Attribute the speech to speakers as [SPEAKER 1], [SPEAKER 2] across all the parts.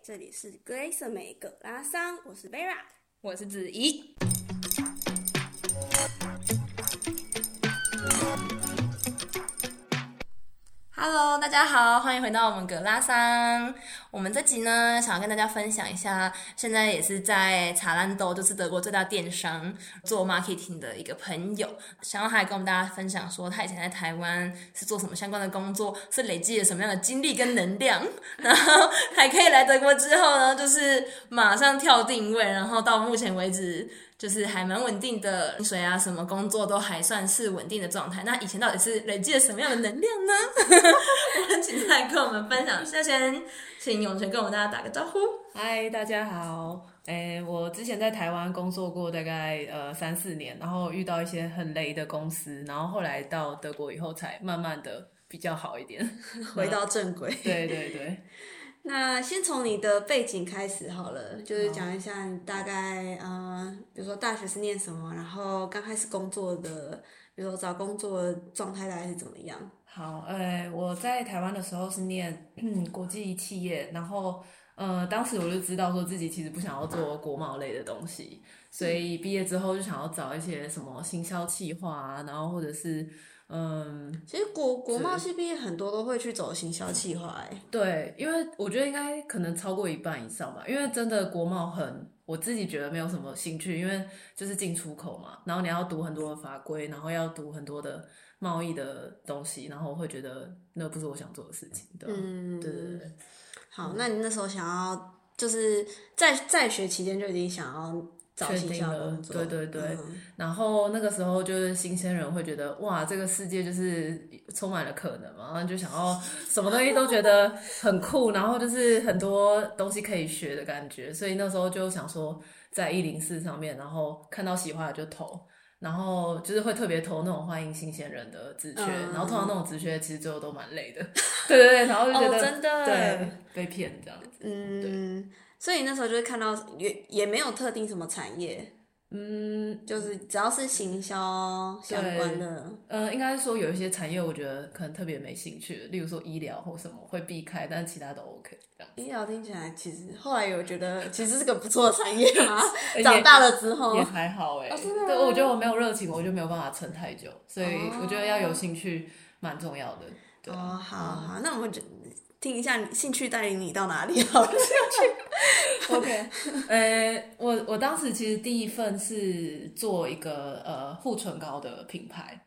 [SPEAKER 1] 这里是 Grace 美葛拉桑，我是 Vera。
[SPEAKER 2] 我是子怡。Hello，大家好，欢迎回到我们格拉桑。我们这集呢，想要跟大家分享一下，现在也是在查兰豆，就是德国最大电商做 marketing 的一个朋友，想要他来跟我们大家分享说，他以前在台湾是做什么相关的工作，是累积了什么样的经历跟能量，然后还可以来德国之后呢，就是马上跳定位，然后到目前为止就是还蛮稳定的薪水啊，什么工作都还算是稳定的状态。那以前到底是累积了什么样的能 量呢？我们请他来跟我们分享。那先请永泉跟我们大家打个招呼。
[SPEAKER 3] 嗨，大家好。诶，我之前在台湾工作过大概呃三四年，然后遇到一些很雷的公司，然后后来到德国以后才慢慢的比较好一点。
[SPEAKER 1] 回到正轨，
[SPEAKER 3] 对对对，
[SPEAKER 1] 那先从你的背景开始好了，
[SPEAKER 3] 嗯
[SPEAKER 1] 就是讲一下你大概呃，比如说大学是念什么，然后刚开始工作的，比如说找工作的状态大概是怎么样？
[SPEAKER 3] 好，诶，我在台湾的时候是念 国际企业，然后呃，当时我就知道说自己其实不想要做国贸类的东西，所以毕业之后就想要找一些什么行销企划啊，然后或者是嗯。
[SPEAKER 1] 其实国国贸系毕业很多都会去走行销企划、欸，
[SPEAKER 3] 对，因为我觉得应该可能超过一半以上吧，因为真的国贸很，我自己觉得没有什么兴趣，因为就是进出口嘛，然后你要读很多的法规，然后要读很多的贸易的东西，然后我会觉得那不是我想做的事情，对吧，啊
[SPEAKER 1] 嗯，
[SPEAKER 3] 对对对。
[SPEAKER 1] 好，
[SPEAKER 3] 嗯
[SPEAKER 1] 那你那时候想要就是在在学期间就已经想要找
[SPEAKER 3] 确
[SPEAKER 1] 行
[SPEAKER 3] 定
[SPEAKER 1] 销
[SPEAKER 3] 了
[SPEAKER 1] 工作，
[SPEAKER 3] 对对对
[SPEAKER 1] 嗯
[SPEAKER 3] 然后那个时候就是新鲜人会觉得哇，这个世界就是充满了可能嘛，然后就想要什么东西都觉得很酷，然后就是很多东西可以学的感觉，所以那时候就想说在一零四上面，然后看到喜欢的就投。然后就是会特别投那种欢迎新鲜人的职缺，
[SPEAKER 1] 嗯
[SPEAKER 3] 然后通常那种职缺其实最后都蛮累的，对对对，然后就觉得、
[SPEAKER 2] 哦真的
[SPEAKER 3] 对被骗这样子，
[SPEAKER 1] 嗯，所以那时候就会看到也也没有特定什么产业，
[SPEAKER 3] 嗯，
[SPEAKER 1] 就是只要是行销相关的，
[SPEAKER 3] 呃，应该说有一些产业，我觉得可能特别没兴趣，例如说医疗或什么会避开，但是其他都 OK 这样。
[SPEAKER 1] 医疗听起来其实后来有觉得其实是个不错的产业嘛
[SPEAKER 3] 也，
[SPEAKER 1] 长大了之后
[SPEAKER 3] 也，还好哎、对，我觉得我没有热情，我就没有办法撑太久，所以我觉得要有兴趣蛮重要的。对啊，
[SPEAKER 1] 哦，好好，那我们就听一下你兴趣带领你到哪里好了。
[SPEAKER 3] OK，呃，我我当时其实第一份是做一个呃护唇膏的品牌，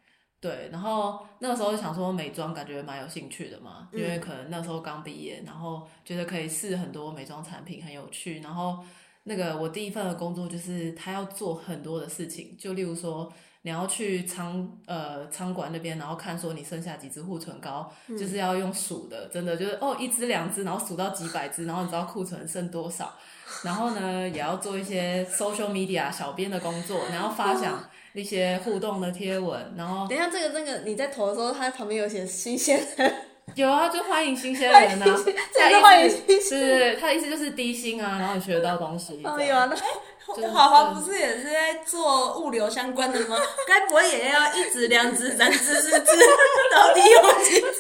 [SPEAKER 3] 对，然后那个时候想说美妆感觉蛮有兴趣的嘛，因为可能那时候刚毕业，然后觉得可以试很多美妆产品，很有趣。然后那个我第一份的工作就是他要做很多的事情，就例如说。你要去仓呃仓管那边，然后看说你剩下几支护唇膏，就是要用数的，真的就是哦一支两支，然后数到几百支，然后你知道库存剩多少，然后呢，也要做一些 social media 小编的工作，然后发想一些互动的贴文，然后
[SPEAKER 1] 等一下，这个那个你在投的时候，它旁边有写新鲜人，
[SPEAKER 3] 有啊，就欢迎新鲜人啊，
[SPEAKER 1] 这个欢迎新
[SPEAKER 3] 是是他的意思就是低薪啊，然后你学得到东西。
[SPEAKER 1] 哦
[SPEAKER 3] 这
[SPEAKER 1] 有
[SPEAKER 3] 样
[SPEAKER 1] 啊，那
[SPEAKER 3] 就是
[SPEAKER 2] 华华不是也是在做物流相关 的吗？该不会也要一直两只、三只、四只， 到底有几只？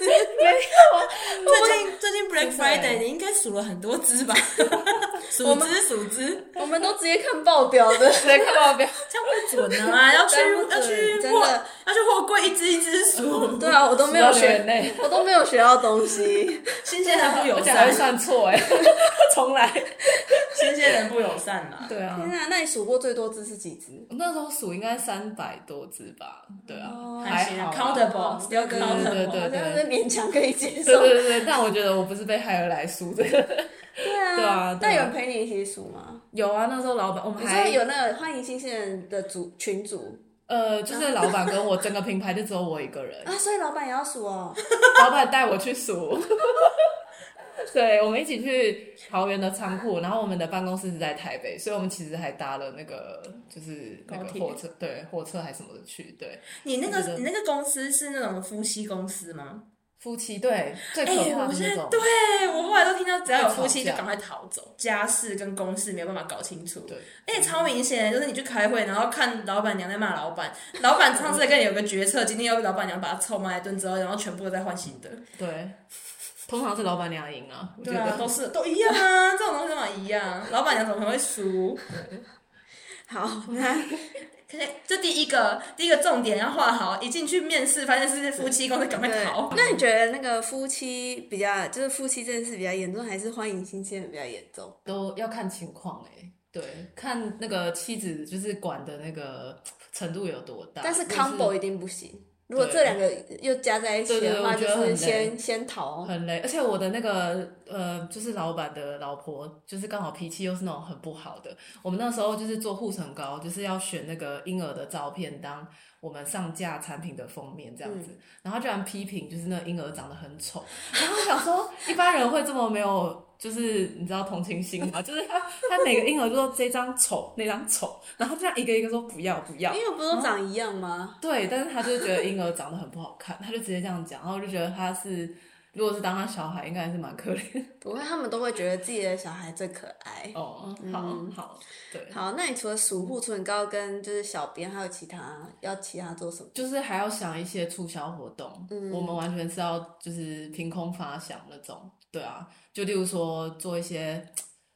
[SPEAKER 2] 最近最近 Black
[SPEAKER 3] 真
[SPEAKER 2] Friday，
[SPEAKER 3] 的
[SPEAKER 2] 你应该数了很多只 吧？数只数只，
[SPEAKER 1] 我们都直接看报表的，
[SPEAKER 3] 直接看报表，
[SPEAKER 2] 这样不准啊！要去
[SPEAKER 3] 这样不
[SPEAKER 2] 要
[SPEAKER 3] 准
[SPEAKER 2] 去
[SPEAKER 1] 真
[SPEAKER 2] 货
[SPEAKER 1] 的
[SPEAKER 2] 要去货柜一只一只数，
[SPEAKER 1] 对啊，我都没有
[SPEAKER 3] 12
[SPEAKER 1] 学
[SPEAKER 3] 元内，
[SPEAKER 1] 我都没有学到东西。
[SPEAKER 2] 新鲜人不友
[SPEAKER 3] 而且还会
[SPEAKER 2] 善，
[SPEAKER 3] 算错哎，重来。
[SPEAKER 2] 新鲜人不友善啦。
[SPEAKER 3] 对啊
[SPEAKER 1] 天，哪，那你数过最多只是几只？
[SPEAKER 3] 我那时候数应该三百多只吧，对啊，
[SPEAKER 2] 还
[SPEAKER 3] 还
[SPEAKER 2] 行
[SPEAKER 3] 好啊。
[SPEAKER 2] ，countable，
[SPEAKER 1] 对
[SPEAKER 2] still
[SPEAKER 1] 对
[SPEAKER 2] countable。
[SPEAKER 3] 对对
[SPEAKER 1] 好像是勉强可以接受
[SPEAKER 3] 对。对对，但我觉得我不是被害而来数这 个。
[SPEAKER 1] 对啊，
[SPEAKER 3] 对啊对
[SPEAKER 1] 那
[SPEAKER 3] 啊
[SPEAKER 1] 有人陪你一起数吗？
[SPEAKER 3] 有啊，那时候老板我们
[SPEAKER 1] 你
[SPEAKER 3] 还
[SPEAKER 1] 说有那个欢迎新鲜人的组群组
[SPEAKER 3] 呃，就是老板跟我整个品牌就只有我一个人，
[SPEAKER 1] 啊，所以老板也要数 哦。
[SPEAKER 3] 老板带我去数。 对，我们一起去桃园的仓库，然后我们的办公室是在台北，所以我们其实还搭了那个就是那
[SPEAKER 2] 高
[SPEAKER 3] 个
[SPEAKER 2] 铁
[SPEAKER 3] 火车，对，火车还什么的去，对，
[SPEAKER 2] 你那
[SPEAKER 3] 我觉
[SPEAKER 2] 个
[SPEAKER 3] 得
[SPEAKER 2] 你那个公司是那种夫妻公司吗？
[SPEAKER 3] 夫妻对最可
[SPEAKER 2] 哎、
[SPEAKER 3] 怕
[SPEAKER 2] 我
[SPEAKER 3] 的
[SPEAKER 2] 现在
[SPEAKER 3] 那种，
[SPEAKER 2] 对我后来都听到，只要有夫妻
[SPEAKER 3] 会
[SPEAKER 2] 就
[SPEAKER 3] 吵架
[SPEAKER 2] 赶快逃走，家事跟公事没有办法搞清楚。
[SPEAKER 3] 对，
[SPEAKER 2] 而且超明显，就是你去开会，然后看老板娘在骂老板，老板上次跟你有个决策，今天要老板娘把他臭骂一顿之后，然后全部都在换新的。
[SPEAKER 3] 对，通常是老板娘赢啊，我觉
[SPEAKER 2] 对啊，
[SPEAKER 3] 得
[SPEAKER 2] 都是都一样啊，这种东西嘛一样，老板娘怎么可能会输？
[SPEAKER 1] 好，那
[SPEAKER 2] 可是这第一个第一个重点要画好，一进去面试发现是夫妻公司，赶快
[SPEAKER 1] 对
[SPEAKER 2] 逃。，
[SPEAKER 1] 那你觉得那个夫妻比较，就是夫妻这件事比较严重，还是欢迎新鲜人比较严重？
[SPEAKER 3] 都要看情况哎、对，看那个妻子就是管的那个程度有多大。
[SPEAKER 1] 但是
[SPEAKER 3] 或者
[SPEAKER 1] combo 一定不行。如果这两个又加在一起
[SPEAKER 3] 对对
[SPEAKER 1] 的话，
[SPEAKER 3] 我觉
[SPEAKER 1] 就
[SPEAKER 3] 得很
[SPEAKER 1] 是
[SPEAKER 3] 累
[SPEAKER 1] 先
[SPEAKER 3] 嗯
[SPEAKER 1] 先逃。
[SPEAKER 3] 很累，而且我的那个呃，就是老板的老婆，就是刚好脾气又是那种很不好的。我们那时候就是做护唇膏，就是要选那个婴儿的照片当我们上架产品的封面这样子，然后他居然批评就是那个婴儿长得很丑，然后我想说一般人会这么没有。就是你知道同情心吗？就是他他每个婴儿都说这张丑那张丑，然后这样一个一个说不要不要，
[SPEAKER 1] 因为不是都
[SPEAKER 3] 嗯
[SPEAKER 1] 长一样吗？
[SPEAKER 3] 对，但是他就觉得婴儿长得很不好看，他就直接这样讲，然后我就觉得他是，如果是当他小孩，应该还是蛮可怜。
[SPEAKER 1] 不会，他们都会觉得自己的小孩最可爱。
[SPEAKER 3] 哦，好、好，对，
[SPEAKER 1] 好，那你除了数
[SPEAKER 3] 嗯
[SPEAKER 1] 护唇膏跟就是小编，还有其他要其他做什么？
[SPEAKER 3] 就是还要想一些促销活动，
[SPEAKER 2] 嗯
[SPEAKER 3] 我们完全是要就是凭空发想那种，对啊，就例如说做一些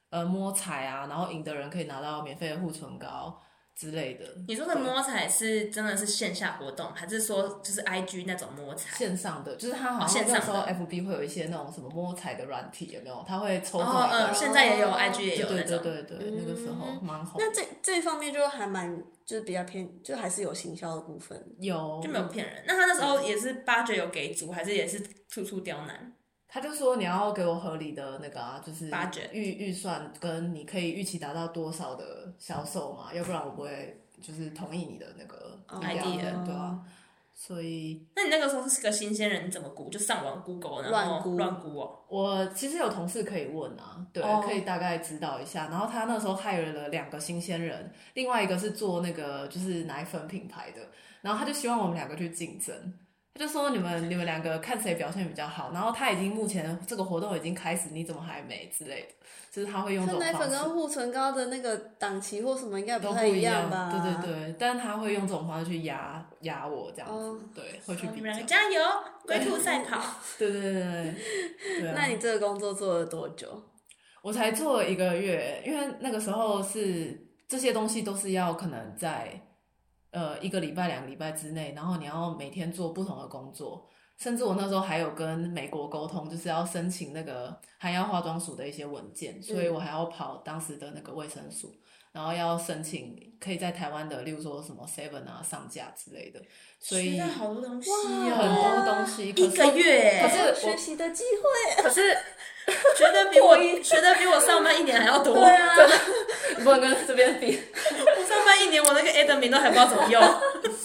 [SPEAKER 3] 呃摸彩啊，然后赢的人可以拿到免费的护唇膏之类的，
[SPEAKER 2] 你说的摸彩是真的是线下活动，还是说就是 IG 那种摸彩？
[SPEAKER 3] 线上的，就是他好
[SPEAKER 2] 哦
[SPEAKER 3] 像
[SPEAKER 2] 线
[SPEAKER 3] 那
[SPEAKER 2] 上
[SPEAKER 3] 时候
[SPEAKER 2] 的
[SPEAKER 3] FB 会有一些那种什么摸彩的软体，有没有？他会抽中
[SPEAKER 2] 哦，
[SPEAKER 3] 一
[SPEAKER 2] 嗯，
[SPEAKER 3] 个人
[SPEAKER 2] 现在也有
[SPEAKER 1] 哦
[SPEAKER 2] IG 也有
[SPEAKER 3] 对
[SPEAKER 2] 那种。
[SPEAKER 3] 对
[SPEAKER 2] 嗯
[SPEAKER 3] 对对对，那个时候蛮红的。
[SPEAKER 1] 那这这方面就还蛮就是比较偏，就还是有行销的部分。
[SPEAKER 3] 有
[SPEAKER 2] 就没有骗人，那他那时候也是八九有给足，还是也是处处刁难？
[SPEAKER 3] 他就说你要给我合理的那个啊，就是
[SPEAKER 2] 八折
[SPEAKER 3] 预预算跟你可以预期达到多少的销售嘛，要不然我不会就是同意你的那个
[SPEAKER 1] 哦
[SPEAKER 2] idea
[SPEAKER 3] 对啊，所以
[SPEAKER 2] 那你那个时候是个新鲜人，你怎么估？就上网 Google 然
[SPEAKER 1] 乱
[SPEAKER 2] 后
[SPEAKER 1] 估
[SPEAKER 2] 乱估哦。
[SPEAKER 3] 我其实有同事可以问啊，对，
[SPEAKER 2] 哦
[SPEAKER 3] 可以大概指导一下。然后他那时候害了两个新鲜人，另外一个是做那个就是奶粉品牌的，然后他就希望我们两个去竞争。他就说你 们你们两个看谁表现比较好，然后他已经目前这个活动已经开始，你怎么还没之类的，就是他会用这
[SPEAKER 1] 像
[SPEAKER 3] 种
[SPEAKER 1] 奶
[SPEAKER 3] 方
[SPEAKER 1] 粉
[SPEAKER 3] 式
[SPEAKER 1] 跟。护唇膏的那个档期或什么，应该
[SPEAKER 3] 都
[SPEAKER 1] 不
[SPEAKER 3] 不
[SPEAKER 1] 太
[SPEAKER 3] 一
[SPEAKER 1] 样
[SPEAKER 3] 样
[SPEAKER 1] 吧？
[SPEAKER 3] 对对对，但他会用这种方式去压压我这样子，
[SPEAKER 1] 哦
[SPEAKER 3] 对，会去
[SPEAKER 2] 你
[SPEAKER 3] 比
[SPEAKER 2] 们
[SPEAKER 3] 较
[SPEAKER 2] 两个，加油，龟兔赛跑。
[SPEAKER 3] 对对对对对，对啊
[SPEAKER 1] 那你这个工作做了多久？
[SPEAKER 3] 我才做了一个月，因为那个时候是这些东西都是要可能在呃一个礼拜、两个礼拜之内，然后你要每天做不同的工作，甚至我那时候还有跟美国沟通，就是要申请那个韩药化妆署的一些文件，所
[SPEAKER 2] 嗯
[SPEAKER 3] 以我还要跑当时的那个卫生署。然后要申请可以在台湾的，例如说什么 Seven 啊上架之类的，所以
[SPEAKER 2] 学到好多东西
[SPEAKER 1] 哇
[SPEAKER 3] 很
[SPEAKER 2] 哦，
[SPEAKER 3] 多东西。可
[SPEAKER 2] 一
[SPEAKER 3] 是
[SPEAKER 2] 个月，
[SPEAKER 3] 可是我
[SPEAKER 1] 学习的机会，
[SPEAKER 2] 可是学的比我学的比我上班一年还要多。对啊，
[SPEAKER 3] 不能跟这边比，
[SPEAKER 2] 我上班一年，我那个 admin 都还不知道怎么用，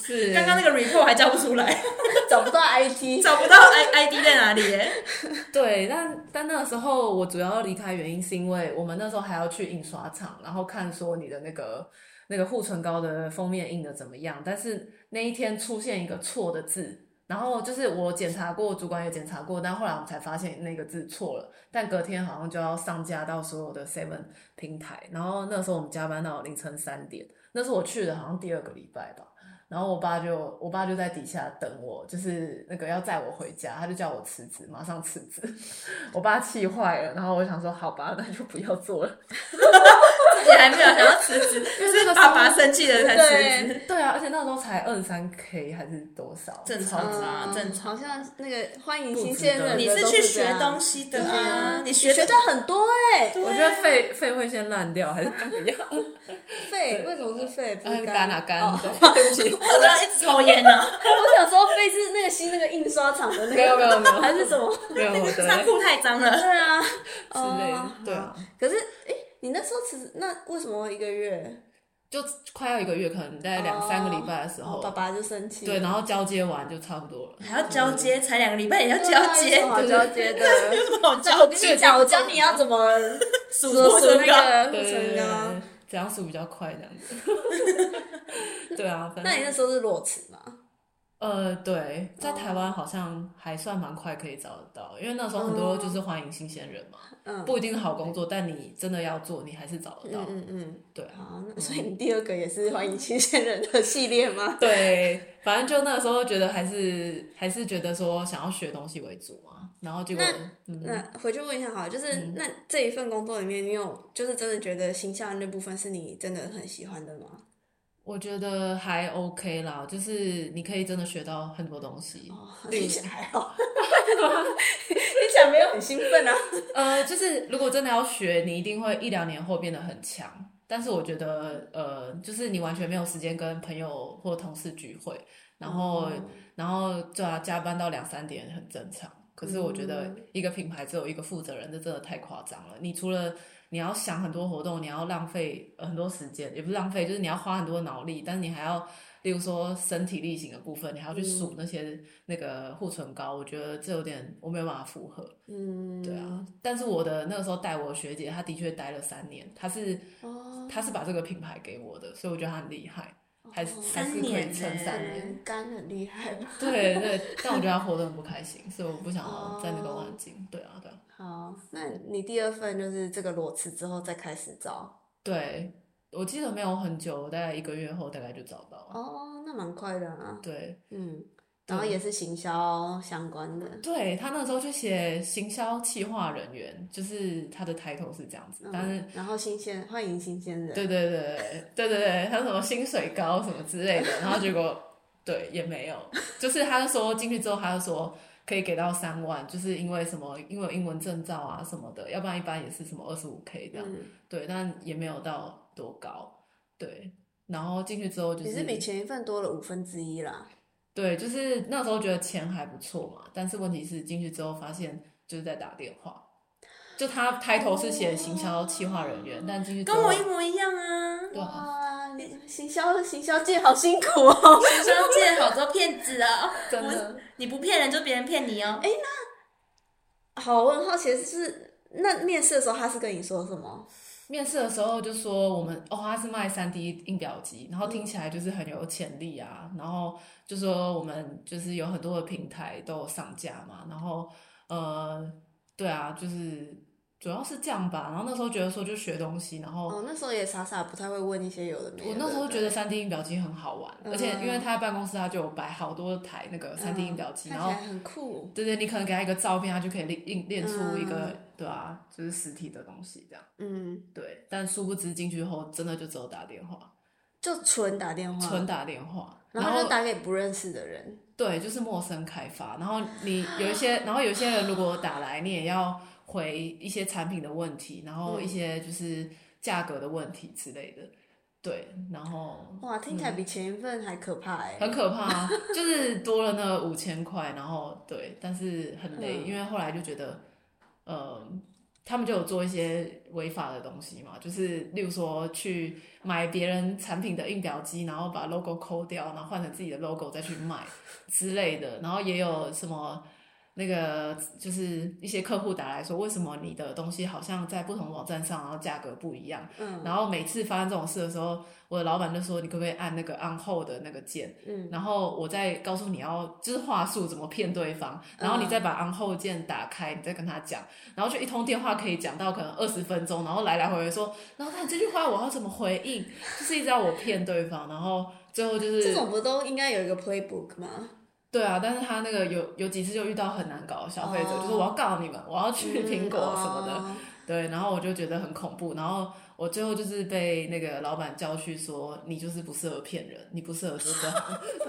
[SPEAKER 3] 是
[SPEAKER 2] 刚刚那个 report 还交不出来，
[SPEAKER 1] 找不到 IT，
[SPEAKER 2] 找不到 i id 在哪里耶。
[SPEAKER 3] 对，但但那时候我主要离开原因是因为我们那时候还要去印刷厂，然后看说你的那个那个护唇膏的封面印的怎么样。但是那一天出现一个错的字，然后就是我检查过，主管也检查过，但后来我们才发现那个字错了。但隔天好像就要上架到所有的 Seven 平台，然后那时候我们加班到凌晨三点，那是我去的好像第二个礼拜吧。然后我爸就我爸就在底下等我，就是那个要载我回家，他就叫我辞职，马上辞职。 我爸气坏了，然后我想说好吧，那就不要做了。
[SPEAKER 2] 自己还没有 想要辞职， 是爸爸生气了才辞职。
[SPEAKER 3] 对啊，而且那时候才二三 K 还是多少，
[SPEAKER 2] 正
[SPEAKER 3] 超
[SPEAKER 2] 常
[SPEAKER 3] 级
[SPEAKER 2] 啊
[SPEAKER 1] 嗯
[SPEAKER 2] 正常
[SPEAKER 1] 好像那个欢迎新鲜人的
[SPEAKER 2] 你
[SPEAKER 1] 都
[SPEAKER 2] 是
[SPEAKER 1] 是
[SPEAKER 2] 去
[SPEAKER 1] 这
[SPEAKER 2] 学
[SPEAKER 1] 样
[SPEAKER 2] 东西的
[SPEAKER 1] 对
[SPEAKER 2] 啊，你学
[SPEAKER 1] 学
[SPEAKER 2] 的
[SPEAKER 1] 到很多哎、
[SPEAKER 3] 我觉得肺肺会先烂掉还是怎么样？
[SPEAKER 1] 肺为什么是肺？不是
[SPEAKER 3] 嗯干嗯啊干，
[SPEAKER 1] 哦
[SPEAKER 3] 对对不起，
[SPEAKER 2] 我要一直抽烟啊呢，
[SPEAKER 1] 我想说肺是那个新那个印刷厂的那个，
[SPEAKER 3] 没有没有没有
[SPEAKER 1] 还是什么？
[SPEAKER 3] 没有我
[SPEAKER 2] 仓
[SPEAKER 3] 的
[SPEAKER 2] 库太脏了。
[SPEAKER 1] 对啊，
[SPEAKER 3] 之类的
[SPEAKER 1] 哦，
[SPEAKER 3] 对啊，
[SPEAKER 1] 可是哎、诶你那时候辞职，那为什么会一个月？
[SPEAKER 3] 就快要一个月，可能大概两三个礼拜的时
[SPEAKER 1] 哦
[SPEAKER 3] 候，
[SPEAKER 1] 爸爸就生气，
[SPEAKER 3] 对，然后交接完就差不多了。
[SPEAKER 2] 还要交接，才两个礼拜也要
[SPEAKER 1] 啊
[SPEAKER 2] 交接，
[SPEAKER 1] 好交 接的。
[SPEAKER 2] 有什么好
[SPEAKER 1] 我
[SPEAKER 2] 交
[SPEAKER 1] 跟
[SPEAKER 2] 接
[SPEAKER 1] 你？讲，我教你啊要怎 么
[SPEAKER 2] 数
[SPEAKER 1] 说
[SPEAKER 2] 数
[SPEAKER 1] 数
[SPEAKER 2] 身高。
[SPEAKER 1] 那个护
[SPEAKER 3] 对对
[SPEAKER 1] 唇
[SPEAKER 3] 对
[SPEAKER 1] 膏
[SPEAKER 3] 对。，怎 样数比较快这样子。对啊，反
[SPEAKER 1] 那你
[SPEAKER 3] 正
[SPEAKER 1] 那时候是裸辞吗？哦
[SPEAKER 3] 呃，对，在台湾好像还算蛮快可以找得到，因为那时候很多就是欢迎新鲜人嘛，
[SPEAKER 1] 哦嗯
[SPEAKER 3] 不一定是好工作，但你真的要做，你还是找得到
[SPEAKER 1] 嗯。嗯嗯，
[SPEAKER 3] 对啊，
[SPEAKER 1] 好，那所以你第二个也是欢迎新鲜人的系列吗？
[SPEAKER 3] 对，反正就那个时候觉得还是还是觉得说想要学东西为主嘛，然后结果嗯，
[SPEAKER 1] 那回去问一下好了，就是、那这一份工作里面，你有就是真的觉得形象那部分是你真的很喜欢的吗？
[SPEAKER 3] 我觉得还 OK 啦，就是你可以真的学到很多东西。
[SPEAKER 1] 哦，
[SPEAKER 3] 对
[SPEAKER 1] 听起来还 好，听起来没有很兴奋啊。
[SPEAKER 3] 呃，就是如果真的要学，你一定会一两年后变得很强。但是我觉得，呃，就是你完全没有时间跟朋友或同事聚会，然后，然后就要加班到两三点，很正常。可是我觉得一个品牌只有一个负责人，这真的太夸张了。你除了你要想很多活动，你要浪费呃很多时间，也不是浪费，就是你要花很多脑力，但是你还要，例如说身体力行的部分，你还要去数那些、那个护唇膏，我觉得这有点我没有办法负荷。
[SPEAKER 1] 嗯，
[SPEAKER 3] 对啊，但是我的那个时候带我的学姐，她的确待了三年，她是
[SPEAKER 1] 哦，
[SPEAKER 3] 她是把这个品牌给我的，所以我觉得她很厉害，还
[SPEAKER 1] 哦
[SPEAKER 3] 是还
[SPEAKER 2] 三
[SPEAKER 3] 是可以
[SPEAKER 2] 年
[SPEAKER 3] 撑
[SPEAKER 2] 耶
[SPEAKER 3] 三年。
[SPEAKER 1] 嗯，干很厉害 吧？
[SPEAKER 3] 对对，但我觉得她活得很不开心，所以我不想
[SPEAKER 1] 哦
[SPEAKER 3] 要在那个环境。对啊，对啊，
[SPEAKER 1] 好，那你第二份就是这个裸辞之后再开始找
[SPEAKER 3] 对，我记得没有很久，大概一个月后大概就找到了。
[SPEAKER 1] 哦，那蛮快的啊。
[SPEAKER 3] 对
[SPEAKER 1] 嗯，然后也
[SPEAKER 3] 啊
[SPEAKER 1] 是行销相关的。
[SPEAKER 3] 对，她那时候就写行销企划人员，就是她的 title 是这样子，但是
[SPEAKER 1] 嗯，然后新鲜欢迎新鲜人。
[SPEAKER 3] 对啊对对对对对对，他什么薪水高什么之类的，然后结果对也没有，就是他就说进去之后，他就说可以给到三万，就是因为什么，因为有英文证照啊什么的，要不然一般也是什么二十五 K 这样，
[SPEAKER 1] 嗯，
[SPEAKER 3] 对，但也没有到多高，对，然后进去之后就
[SPEAKER 1] 你是比前一份多了五分之一啦。
[SPEAKER 3] 对，就是那时候觉得钱还不错嘛，但是问题是进去之后发现就是在打电话。就他抬头是写行销企划人员，但进去之
[SPEAKER 2] 跟
[SPEAKER 3] 后
[SPEAKER 2] 我一模一样
[SPEAKER 1] 嗯
[SPEAKER 2] 啊！
[SPEAKER 3] 对啊
[SPEAKER 1] 哇，你行销行销界好辛苦哦。
[SPEAKER 2] 学校界啊好多骗子啊！
[SPEAKER 3] 真的
[SPEAKER 2] 我，你不骗人就别人骗你哦。哎，
[SPEAKER 1] 好，我很好奇的是，那面试的时候他是跟你说什么？
[SPEAKER 3] 面试的时候就说我们哦，他是卖三 D 印表机，然后听起来就是很有潜力啊，然后就说我们就是有很多的平台都有上架嘛，然后呃，对啊，就是主要是这样吧。然后那时候觉得说就学东西，然后
[SPEAKER 1] 哦，那时候也傻傻不太会问一些有的没的。
[SPEAKER 3] 我那时候
[SPEAKER 1] 对
[SPEAKER 3] 觉得三 D 印表机很好玩，而且因为他在办公室他就有摆好多台那个三 D 印表机，
[SPEAKER 1] 嗯看
[SPEAKER 3] 然
[SPEAKER 1] 起
[SPEAKER 3] 后
[SPEAKER 1] 来很酷。
[SPEAKER 3] 对对，你可能给他一个照片，他就可以练印练出一个、
[SPEAKER 1] 嗯
[SPEAKER 3] 对啊，就是实体的东西这样。
[SPEAKER 1] 嗯，
[SPEAKER 3] 对，但殊不知进去后真的就只有打电话。
[SPEAKER 1] 就纯打电话，
[SPEAKER 3] 纯打电话，
[SPEAKER 1] 嗯然后就打给不认识的人。
[SPEAKER 3] 对，就是陌生开发。然后你有一些，然后有些人如果打来，你也要回一些产品的问题，
[SPEAKER 1] 嗯
[SPEAKER 3] 然后一些就是价格的问题之类的。对，然后
[SPEAKER 1] 哇，听起来比前一份还可怕哎、
[SPEAKER 3] 嗯很可怕啊，就是多了那五千块，然后对，但是很累，
[SPEAKER 1] 嗯
[SPEAKER 3] 因为后来就觉得，呃，他们就有做一些违法的东西嘛，就是例如说去买别人产品的印表机，然后把 logo 抠掉，然后换成自己的 logo 再去卖之类的，然后也有什么。那个就是一些客户打来说，为什么你的东西好像在不同网站上，然后价格不一样？
[SPEAKER 1] 嗯
[SPEAKER 3] 然后每次发生这种事的时候，我的老板就说：“你可不可以按那个 on hold 的那个键？”
[SPEAKER 1] 嗯，
[SPEAKER 3] 然后我再告诉你要就是话术怎么骗对方，
[SPEAKER 1] 嗯
[SPEAKER 3] 然后你再把 on hold 键打开，你再跟他讲，然后就一通电话可以讲到可能二十分钟，然后来来回回说，然后他这句话我要怎么回应，就是一直要我骗对方，然后最后就是
[SPEAKER 1] 这种不都应该有一个 playbook 吗？
[SPEAKER 3] 对啊，但是他那个有有几次就遇到很难搞的消费者，
[SPEAKER 1] 哦
[SPEAKER 3] 就是我要告你们，我要去苹果
[SPEAKER 1] 嗯
[SPEAKER 3] 什么的，
[SPEAKER 1] 哦
[SPEAKER 3] 对，然后我就觉得很恐怖，然后我最后就是被那个老板叫去说，你就是不适合骗人，你不适合做这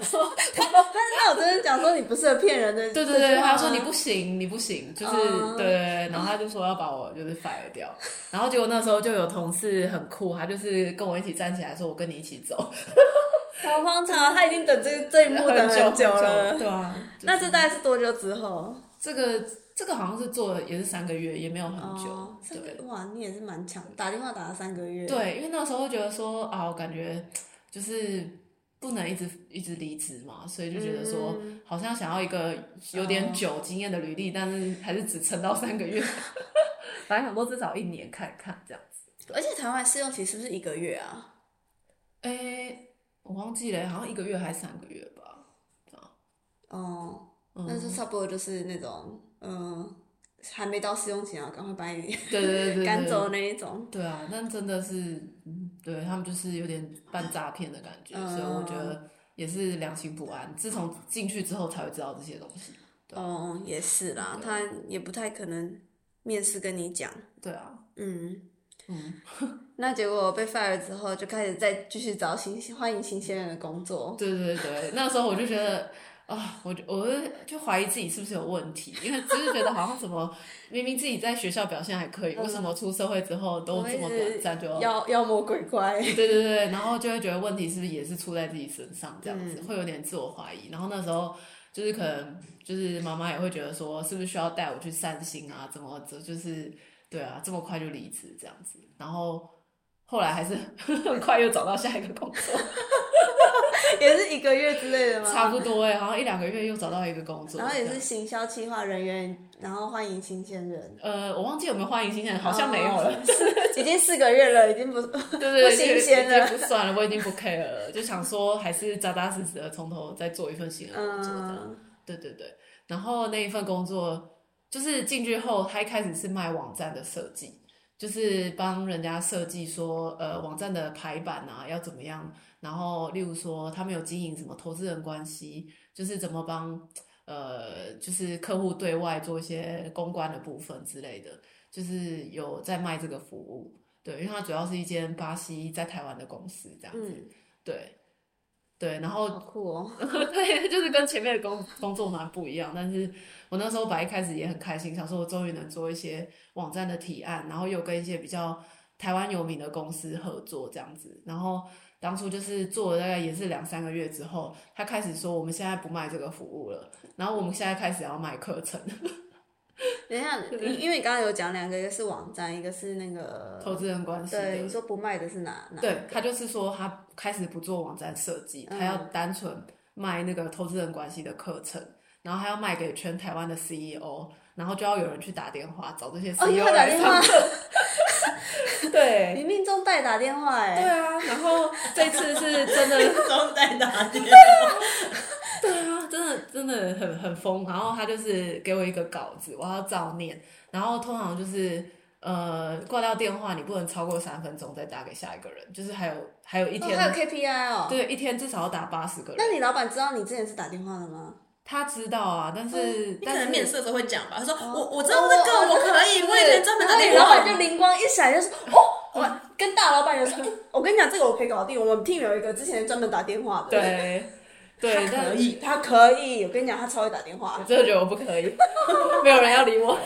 [SPEAKER 3] 行。
[SPEAKER 1] 哦那我真的讲说你不适合骗人的，
[SPEAKER 3] 对对对，他说你不行，你不行，就是、
[SPEAKER 1] 嗯
[SPEAKER 3] 对对对，然后他就说要把我就是 fire 掉，然后结果那时候就有同事很酷，他就是跟我一起站起来说，我跟你一起走，
[SPEAKER 1] 好荒唐啊，他已经等这这一幕等
[SPEAKER 3] 久
[SPEAKER 1] 久了。
[SPEAKER 3] 对啊，
[SPEAKER 1] 那这大概是多久之后？
[SPEAKER 3] 这个这个好像是做了也是三个月，也没有很久，
[SPEAKER 1] 哦，三
[SPEAKER 3] 对
[SPEAKER 1] 个哇，你也是蛮强，打电话打了三个月。，
[SPEAKER 3] 对，因为那时候觉得说啊，我感觉就是不能一直一直离职嘛，所以就觉得说、好像想要一个有点久经验的履历，但是还是只撑到三个月， 反正想说至少一年看看这样子。
[SPEAKER 1] 而且台湾试用期是不是一个月啊？
[SPEAKER 3] 哎、我忘记了，好像一个月还是三个月吧。
[SPEAKER 1] 哦、
[SPEAKER 3] 嗯
[SPEAKER 1] 但是差不多就是那种，嗯，还没到试用期啊，赶快把你
[SPEAKER 3] 对对 对对，
[SPEAKER 1] 赶走
[SPEAKER 3] 对
[SPEAKER 1] 那一种。
[SPEAKER 3] 对啊，那真的是，嗯对他们就是有点半诈骗的感觉，
[SPEAKER 1] 嗯
[SPEAKER 3] 所以我觉得也是良心不安。自从进去之后才会知道这些东西。对
[SPEAKER 1] 哦、也是啦，
[SPEAKER 3] 对
[SPEAKER 1] 他也不太可能面试跟你讲。
[SPEAKER 3] 对啊，
[SPEAKER 1] 嗯，
[SPEAKER 3] 嗯，
[SPEAKER 1] 那结果被 fire 之后，就开始再继续找新欢迎新鲜人的工作。
[SPEAKER 3] 对对对，那时候我就觉得。啊、我就我就就怀疑自己是不是有问题，因为就是觉得好像怎么明明自己在学校表现还可以，为什么出社会之后都
[SPEAKER 1] 嗯我
[SPEAKER 3] 这
[SPEAKER 1] 一
[SPEAKER 3] 么
[SPEAKER 1] 直
[SPEAKER 3] 短暂就
[SPEAKER 1] 妖妖魔鬼 怪。
[SPEAKER 3] 对对对，然后就会觉得问题是不是也是出在自己身上，这样子、
[SPEAKER 1] 嗯
[SPEAKER 3] 会有点自我怀疑。然后那时候就是可能就是妈妈也会觉得说，是不是需要带我去散心啊？怎么怎就是对啊，这么快就离职这样子。然后后来还是 很快又找到下一个工作，
[SPEAKER 1] 也是一个月之类的吗？
[SPEAKER 3] 差不多哎、好像一两个月又找到一个工作，
[SPEAKER 1] 然后也
[SPEAKER 3] 这
[SPEAKER 1] 是
[SPEAKER 3] 样。
[SPEAKER 1] 行销企划人员，然后欢迎新鲜 人。
[SPEAKER 3] 呃，我忘记有没有欢迎新鲜人，好像没有了。
[SPEAKER 1] 已经四个月了，已 经不
[SPEAKER 3] 对对对，
[SPEAKER 1] 哦不新鲜了
[SPEAKER 3] 已经不算了，我已经不 care 了，就想说还是扎扎实实的从头再做一份新的工作这样。
[SPEAKER 1] 嗯
[SPEAKER 3] 对对对，然后那一份工作就是进去后，他一开始是卖网站的设计，就是帮人家设计说，呃，网站的排版啊要怎么样，然后例如说他们有经营什么投资人关系，就是怎么帮呃，就是客户对外做一些公关的部分之类的，就是有在卖这个服务。对，因为它主要是一间巴西在台湾的公司这样子，
[SPEAKER 1] 嗯，
[SPEAKER 3] 对对，然后
[SPEAKER 1] 好酷哦。
[SPEAKER 3] 对，就是跟前面的工工作蛮不一样，但是我那时候本来一开始也很开心，想说我终于能做一些网站的提案，然后又跟一些比较台湾有名的公司合作这样子。然后当初就是做了大概也是两三个月之后，他开始说我们现在不卖这个服务了，然后我们现在开始要卖课程，
[SPEAKER 1] 等一下，你因为你刚刚有讲两个，一个是网站，一个是那个
[SPEAKER 3] 投资人关系
[SPEAKER 1] 对，你
[SPEAKER 3] 的。
[SPEAKER 1] 说不卖的是哪哪？
[SPEAKER 3] 对他就是说他开始不做网站设计，
[SPEAKER 1] 嗯
[SPEAKER 3] 他要单纯卖那个投资人关系的课程。然后还要卖给全台湾的 CEO，然后就要有人去打电话找这些
[SPEAKER 1] 哦，你
[SPEAKER 3] CEO
[SPEAKER 1] 会打
[SPEAKER 3] 来
[SPEAKER 1] 电
[SPEAKER 3] 上
[SPEAKER 1] 话，
[SPEAKER 3] 对
[SPEAKER 1] 你命中带打电话
[SPEAKER 3] 对
[SPEAKER 1] 哎。
[SPEAKER 3] 啊，然后这次是真的，
[SPEAKER 1] 中带打电话。
[SPEAKER 3] 对啊，真的真的很很疯。然后他就是给我一个稿子，我要照念。然后通常就是呃挂掉电话，你不能超过三分钟再打给下一个人，就是还有还有一
[SPEAKER 1] 哦
[SPEAKER 3] 天，
[SPEAKER 1] 还有 KPI 哦。。
[SPEAKER 3] 啊对一天至少要打八十个人
[SPEAKER 1] 那。你老板知道你之前是打电话的吗？
[SPEAKER 3] 他知道啊，但是、
[SPEAKER 2] 嗯你可
[SPEAKER 3] 但是
[SPEAKER 2] 能面试的时候会讲吧，他说我我知
[SPEAKER 1] 哦
[SPEAKER 2] 道这
[SPEAKER 1] 哦
[SPEAKER 2] 个我可以，
[SPEAKER 1] 对
[SPEAKER 2] 我以前专门打
[SPEAKER 1] 然后
[SPEAKER 2] 电
[SPEAKER 1] 你老
[SPEAKER 2] 话
[SPEAKER 1] 板就灵光一闪，就说 哦，我跟大老板就说，哎 我跟你讲这个我可以搞定，我们 team 有一个之前专门打电话的，，
[SPEAKER 3] 对对，
[SPEAKER 1] 他可
[SPEAKER 3] 但
[SPEAKER 1] 以，他可以，我跟你讲他超会打电话
[SPEAKER 3] 我， 真的觉得我不可以，没有人要理我。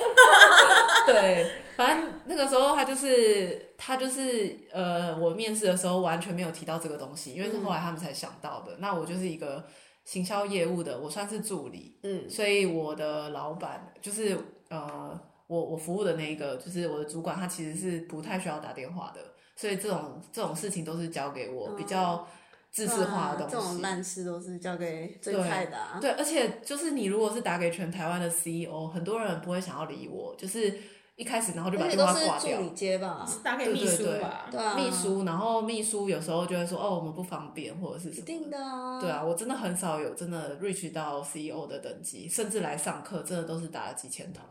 [SPEAKER 3] 对，反正那个时候他就是他就是呃，我面试的时候完全没有提到这个东西，因为是
[SPEAKER 2] 嗯
[SPEAKER 3] 后来他们才想到的。那我就是一个行销业务的，我算是助理，
[SPEAKER 1] 嗯
[SPEAKER 3] 所以我的老板就是呃，我我服务的那一个就是我的主管，他其实是不太需要打电话的，所以这种这种事情都是交给
[SPEAKER 1] 嗯
[SPEAKER 3] 我、比较自式化的
[SPEAKER 1] 哇
[SPEAKER 3] 东西。
[SPEAKER 1] 啊这种烂事都是交给最
[SPEAKER 3] 对
[SPEAKER 1] 菜的、啊。
[SPEAKER 3] 对，而且就是你如果是打给全台湾的 CEO，很多人不会想要理我，就是一开始然后就把
[SPEAKER 1] 而且
[SPEAKER 3] 电
[SPEAKER 1] 都
[SPEAKER 3] 话
[SPEAKER 1] 是
[SPEAKER 3] 挂
[SPEAKER 1] 助
[SPEAKER 3] 掉。
[SPEAKER 1] 理接吧，
[SPEAKER 2] 打给
[SPEAKER 3] 对
[SPEAKER 2] 秘
[SPEAKER 3] 对
[SPEAKER 2] 书
[SPEAKER 3] 对
[SPEAKER 2] 吧，
[SPEAKER 1] 对啊，
[SPEAKER 3] 秘书，然后秘书有时候就会说哦，我们不方便或者是什
[SPEAKER 1] 一
[SPEAKER 3] 么。
[SPEAKER 1] 定的啊，
[SPEAKER 3] 对啊，我真的很少有真的 reach 到 CEO 的等级，甚至来上课，真的都是打了几千通，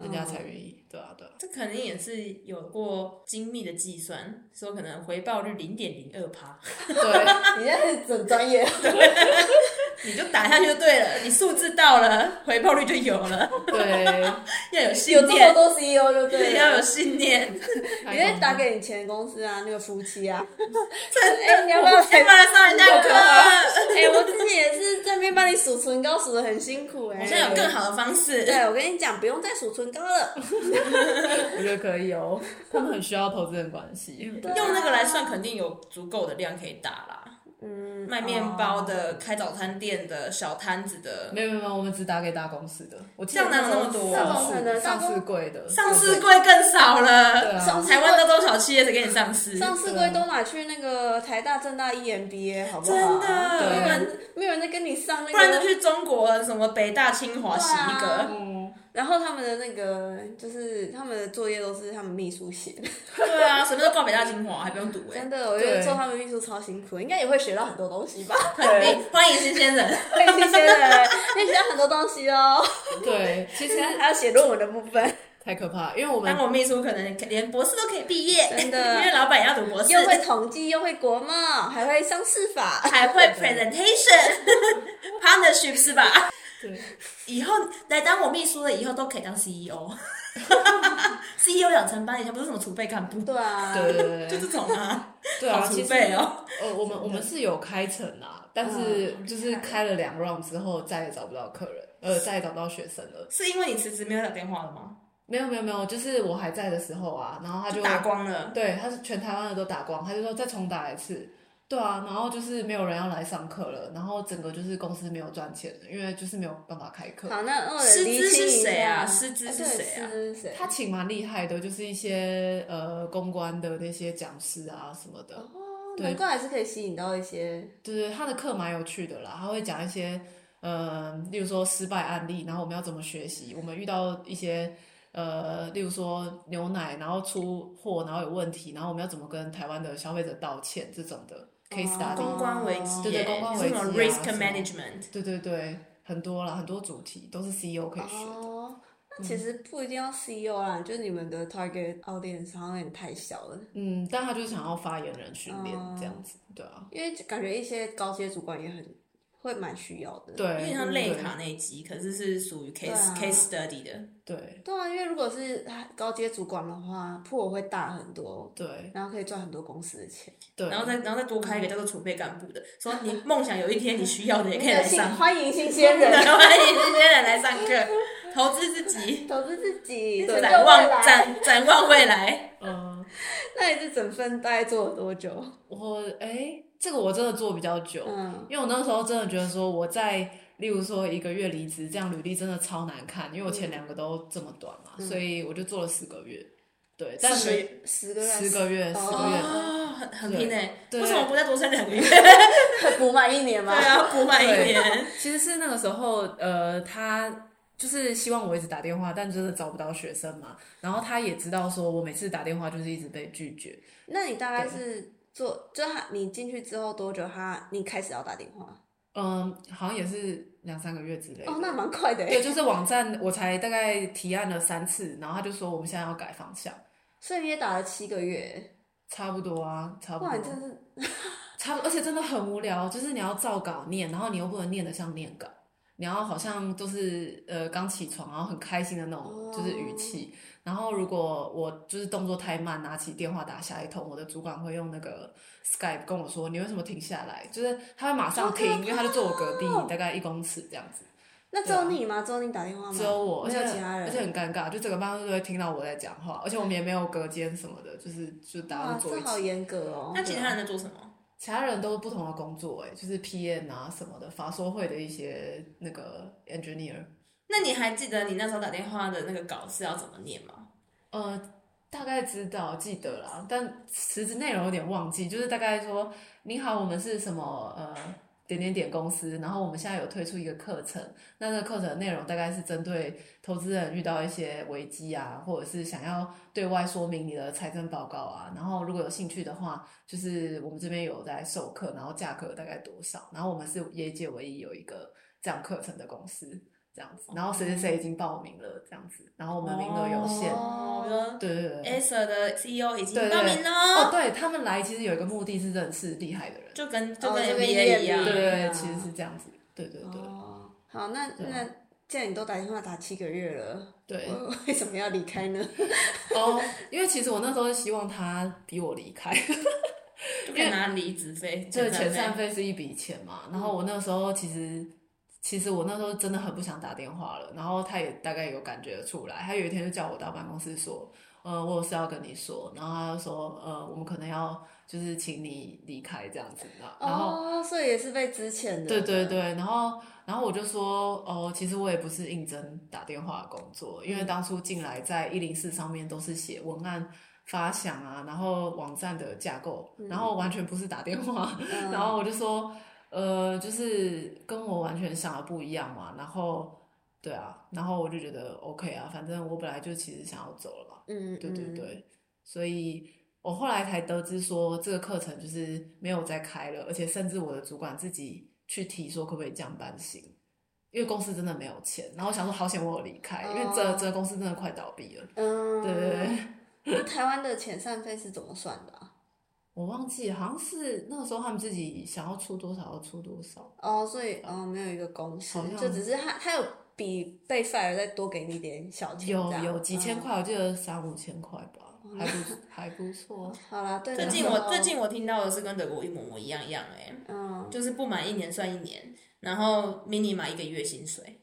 [SPEAKER 3] 人家才愿意。对啊，对啊，
[SPEAKER 2] 这肯定也是有过精密的计算，说可能回报率零点零二趴，
[SPEAKER 3] 对，啊
[SPEAKER 1] 你现在是很专业，
[SPEAKER 2] 你就打下去就对了，你数字到了，回报率就有了，
[SPEAKER 3] 对，
[SPEAKER 2] 要有
[SPEAKER 1] 有
[SPEAKER 2] 信
[SPEAKER 1] 这么
[SPEAKER 2] 念，
[SPEAKER 1] 多 CEO 就对
[SPEAKER 2] 对，
[SPEAKER 1] 了
[SPEAKER 2] 要。 有信念。
[SPEAKER 1] 你可以打给你前公司啊，那个夫妻啊，哎、你要不要
[SPEAKER 2] 我先
[SPEAKER 1] 来？
[SPEAKER 2] 来上人家的课？
[SPEAKER 1] 哎、我之前也是在那边帮你数唇膏，数的很辛苦哎、
[SPEAKER 2] 我现在有更好的方式，
[SPEAKER 1] 对，我跟你讲，不用再数唇膏了。
[SPEAKER 3] 我觉得可以 哦，他们很需要投资人关系。
[SPEAKER 1] 对
[SPEAKER 2] 用那个来算，肯定有足够的量可以打啦。
[SPEAKER 1] 嗯，
[SPEAKER 2] 卖面包的、开早餐店的、小摊子的，
[SPEAKER 3] 没有没有没有，我们只打给大公司的，我记
[SPEAKER 2] 这样
[SPEAKER 3] 得
[SPEAKER 2] 哪有那么多
[SPEAKER 3] 上
[SPEAKER 1] 大公司呢
[SPEAKER 3] 市
[SPEAKER 1] 大
[SPEAKER 3] 上
[SPEAKER 1] 公
[SPEAKER 3] 市贵的
[SPEAKER 2] 上
[SPEAKER 3] 对
[SPEAKER 2] 市柜更少
[SPEAKER 3] 对
[SPEAKER 2] 了。
[SPEAKER 3] 啊，
[SPEAKER 1] 上市
[SPEAKER 2] 台湾的中小企业才给你上市，
[SPEAKER 1] 上市柜都拿去那个台大、政大、EMBA，好不好？E
[SPEAKER 2] 真
[SPEAKER 1] 没有
[SPEAKER 2] 的，
[SPEAKER 1] 人，没有人在跟你上那个，
[SPEAKER 2] 不然就去中国什么北大、清华洗一
[SPEAKER 1] 对啊
[SPEAKER 2] 个，
[SPEAKER 3] 嗯哦，
[SPEAKER 1] 然后他们的那个就是他们的作业都是他们秘书写的，
[SPEAKER 2] 对啊，随便都报北大精华，还不用读哎、
[SPEAKER 1] 真的，我觉得
[SPEAKER 3] 对
[SPEAKER 1] 做他们秘书超辛苦，应该也会学到很多东西吧？
[SPEAKER 2] 肯定哎欢迎新鲜人。
[SPEAKER 1] 会新 鲜人，可以学到很多东西哦，
[SPEAKER 3] 对，其实
[SPEAKER 1] 还有写论文的部分，
[SPEAKER 3] 太可怕，因为我们
[SPEAKER 2] 当我秘书可能连博士都可以毕业，
[SPEAKER 1] 真的
[SPEAKER 2] 因为老板也要读博士，
[SPEAKER 1] 又会统计，又会国贸，还会商事法，
[SPEAKER 2] 还会 presentation partnership 是吧？
[SPEAKER 3] 对
[SPEAKER 2] 以后来当我秘书的，以后都可以当 E CEO。CEO 养成班以前不是什么储备干部，
[SPEAKER 1] 对啊，
[SPEAKER 3] 对对
[SPEAKER 2] 就
[SPEAKER 3] 对
[SPEAKER 2] 这种啊，
[SPEAKER 3] 对
[SPEAKER 2] 好
[SPEAKER 3] 啊，
[SPEAKER 2] 储
[SPEAKER 3] 其实
[SPEAKER 2] 备哦。
[SPEAKER 3] 呃，我们我们是有开成啊，但是就是开了两 round 之后，再也找不到客人，呃，再也找不到学生了。
[SPEAKER 2] 是因为你辞职没有打电话了吗？
[SPEAKER 3] 没有没有没有，就是我还在的时候啊，然后他就
[SPEAKER 2] 打光了，
[SPEAKER 3] 对，他是全台湾的都打光，他就说再重打一次。对啊，然后就是没有人要来上课了，然后整个就是公司没有赚钱了，因为就是没有办法开课。
[SPEAKER 1] 好，那二
[SPEAKER 2] 师资
[SPEAKER 1] 厘清
[SPEAKER 2] 是
[SPEAKER 1] 一
[SPEAKER 2] 谁啊
[SPEAKER 1] 下，
[SPEAKER 2] 师资是
[SPEAKER 1] 哎对
[SPEAKER 2] 谁啊
[SPEAKER 1] 师资是谁？
[SPEAKER 3] 他请蛮厉害的，就是一些呃公关的那些讲师啊什么的，
[SPEAKER 1] 哦
[SPEAKER 3] 对
[SPEAKER 1] 难怪还是可以吸引到一些，
[SPEAKER 3] 就是他的课蛮有趣的啦，他会讲一些呃，例如说失败案例，然后我们要怎么学习，我们遇到一些呃，例如说牛奶然后出货然后有问题，然后我们要怎么跟台湾的消费者道歉这种的
[SPEAKER 1] 哦
[SPEAKER 3] case study，、
[SPEAKER 2] 公关危机耶，
[SPEAKER 3] 对对公关危机啊
[SPEAKER 2] 什么
[SPEAKER 3] 什
[SPEAKER 2] risk
[SPEAKER 3] 么
[SPEAKER 2] management，
[SPEAKER 3] 对对对，很多啦，很多主题都是 CEO 可以学的。嗯
[SPEAKER 1] 哦，那其实不一定要 CEO 啦，就是你们的 target audience 好像有点太小了，
[SPEAKER 3] 嗯，但他就是想要发言人训练
[SPEAKER 2] 哦
[SPEAKER 3] 这样子，对啊，
[SPEAKER 1] 因为感觉一些高阶主管也很会蛮需要的。
[SPEAKER 3] 对，
[SPEAKER 2] 有点像
[SPEAKER 3] 对
[SPEAKER 2] 类卡那一集，可是是属于 case、
[SPEAKER 1] 啊
[SPEAKER 2] case study 的。
[SPEAKER 3] 对
[SPEAKER 1] 对啊，因为如果是高阶主管的话，铺会大很多，
[SPEAKER 3] 对
[SPEAKER 1] 然后可以赚很多公司的 钱。
[SPEAKER 3] 对，
[SPEAKER 2] 然后再然后再多开一个叫做储备干 部的，说你梦想有一天你需要的也可以来
[SPEAKER 1] 新
[SPEAKER 2] 上，
[SPEAKER 1] 欢迎新鲜 人，
[SPEAKER 2] 欢迎这些人来上课， 投资自己，
[SPEAKER 1] 投资自己，拯救
[SPEAKER 2] 展
[SPEAKER 1] 未
[SPEAKER 2] 望
[SPEAKER 1] 来。
[SPEAKER 2] 展展望未来。
[SPEAKER 3] 嗯，
[SPEAKER 1] 那你这整份大概做了多久？
[SPEAKER 3] 我哎，这个我真的做比较久，
[SPEAKER 1] 嗯，
[SPEAKER 3] 因为我那时候真的觉得说我在，例如说一个月离职，这样履历真的超难看，因为我
[SPEAKER 1] 嗯
[SPEAKER 3] 前两个都这么短嘛，所以我就做了十个月，对，但
[SPEAKER 2] 四个
[SPEAKER 3] 是
[SPEAKER 1] 十
[SPEAKER 2] 月
[SPEAKER 1] 嗯个月，
[SPEAKER 3] 十个月，十个月，
[SPEAKER 2] 哦，很很拼诶，
[SPEAKER 3] 对
[SPEAKER 2] 为什么不再多撑两个月？
[SPEAKER 1] 补满一年吗？
[SPEAKER 2] 对啊，补满一年。
[SPEAKER 3] 其实是那个时候，呃，他就是希望我一直打电话，但真的找不到学生嘛。然后他也知道说我每次打电话就是一直被拒绝。
[SPEAKER 1] 那你大概是做，就他你进去之后多久他？你开始要打电话？
[SPEAKER 3] 嗯，好像也是两三个月之类的。
[SPEAKER 1] 哦，那蛮快的欸
[SPEAKER 3] 对，就是网站我才大概提案了三次，然后他就说我们现在要改方向，
[SPEAKER 1] 所以你也打了七个月，
[SPEAKER 3] 差不多啊，差不
[SPEAKER 1] 哇，
[SPEAKER 3] 多
[SPEAKER 1] 你，真的是
[SPEAKER 3] 差不多，而且真的很无聊，就是你要照稿念，然后你又不能念得像念稿，你要好像就是呃刚起床，然后很开心的那种
[SPEAKER 1] 哦
[SPEAKER 3] 就是语气。然后如果我就是动作太慢，拿起电话打下一通，我的主管会用那个 Skype 跟我说你为什么停下来，就是他会马上停，因为他就坐我隔壁
[SPEAKER 1] 哦
[SPEAKER 3] 大概一公尺这样子。
[SPEAKER 1] 那只有你吗？只有你打电话吗？
[SPEAKER 3] 只有啊
[SPEAKER 1] 哦
[SPEAKER 3] 我，而
[SPEAKER 1] 没
[SPEAKER 3] 且
[SPEAKER 1] 有其他
[SPEAKER 3] 而且
[SPEAKER 1] 人。
[SPEAKER 3] 很尴尬，就整个办公室都会听到我在讲话，而且我们也没有隔间什么的，就是就大家
[SPEAKER 1] 哇，
[SPEAKER 3] 都坐
[SPEAKER 1] 这
[SPEAKER 3] 一
[SPEAKER 1] 好
[SPEAKER 3] 起。
[SPEAKER 1] 严格哦
[SPEAKER 2] 那。其他人在做什么？
[SPEAKER 3] 其他人都是不同的工作、哎，就是 PM 啊什么的，法说会的一些那个 engineer，
[SPEAKER 2] 那你还记得你那时候打电话的那个稿是要怎么念吗？
[SPEAKER 3] 呃，大概知道记得啦，但实质内容有点忘记，就是大概说，你好，我们是什么呃点点点公司，然后我们现在有推出一个课程，那这个课程的内容大概是针对投资人遇到一些危机啊，或者是想要对外说明你的财政报告啊，然后如果有兴趣的话，就是我们这边有在授课，然后价格大概多少，然后我们是业界唯一有一个这样课程的公司。这样子，然后谁谁谁已经报名了，这样子，然后我们名额有限，
[SPEAKER 2] 哦，比如说
[SPEAKER 3] 对对对对。
[SPEAKER 2] ASA 的 CEO 已经
[SPEAKER 3] 对对
[SPEAKER 2] 报名
[SPEAKER 3] 哦，
[SPEAKER 2] 喽，
[SPEAKER 3] 对他们来其实有一个目的是认识厉害的人，
[SPEAKER 2] 就跟就
[SPEAKER 1] 哦
[SPEAKER 2] 跟
[SPEAKER 1] 就跟
[SPEAKER 2] MBA 一样
[SPEAKER 1] MBA
[SPEAKER 3] 对对，
[SPEAKER 1] 对
[SPEAKER 3] 对
[SPEAKER 1] 啊
[SPEAKER 3] 其实是这样子，对对对
[SPEAKER 1] 哦，好，那
[SPEAKER 3] 对啊
[SPEAKER 1] 那既然你都打电话打七个月了，
[SPEAKER 3] 对。
[SPEAKER 1] 我 为什么要离开呢？
[SPEAKER 3] 哦，因为其实我那时候是希望他逼我离开，
[SPEAKER 2] 就可以拿离职费，
[SPEAKER 3] 就是遣
[SPEAKER 2] 遣
[SPEAKER 3] 散费是一笔钱嘛。然后我那时候其实，其实我那时候真的很不想打电话了。然后他也大概有感觉出来，他有一天就叫我到办公室说，呃，我有事要跟你说。然后他就说，呃，我们可能要就是请你离开这样子。 然后
[SPEAKER 1] 哦，所以也是被之前的。
[SPEAKER 3] 对对。对，然后然后我就说，哦，其实我也不是应征打电话的工作，因为当初进来在一零四上面都是写文案发想啊，然后网站的架构，然后完全不是打电话，
[SPEAKER 1] 嗯
[SPEAKER 3] 然后我就说，呃，就是跟我完全想的不一样嘛，然后。对啊，然后我就觉得 OK 啊，反正我本来就其实想要走了嘛，
[SPEAKER 1] 嗯，
[SPEAKER 3] 对对
[SPEAKER 1] 嗯，
[SPEAKER 3] 对，所以我后来才得知说这个课程就是没有再开了，而且甚至我的主管自己去提说可不可以降班薪，因为公司真的没有钱。然后我想说好险我有离开，因为这
[SPEAKER 1] 哦
[SPEAKER 3] 这个公司真的快倒闭了。
[SPEAKER 1] 嗯，
[SPEAKER 3] 对对对，
[SPEAKER 1] 那台湾的遣散费是怎么算的啊？
[SPEAKER 3] 我忘记好像是那个时候他们自己想要出多少就出多少。
[SPEAKER 1] 哦，所以哦，没有一个公式
[SPEAKER 3] 好，像
[SPEAKER 1] 就只是他他有比被 fire 再多给你点小钱，
[SPEAKER 3] 有
[SPEAKER 1] 这样
[SPEAKER 3] 有几千。
[SPEAKER 1] 嗯
[SPEAKER 3] 块，我记得三五千块吧，
[SPEAKER 2] 哦
[SPEAKER 3] 还不 还不错。
[SPEAKER 1] 好啦，对，
[SPEAKER 2] 最近
[SPEAKER 1] 那时
[SPEAKER 2] 我
[SPEAKER 1] 候
[SPEAKER 2] 最近我听到的是跟德国一模模一样一样哎、
[SPEAKER 1] 哦嗯，
[SPEAKER 2] 就是不满一年算一年，然后 mini 买一个月薪水，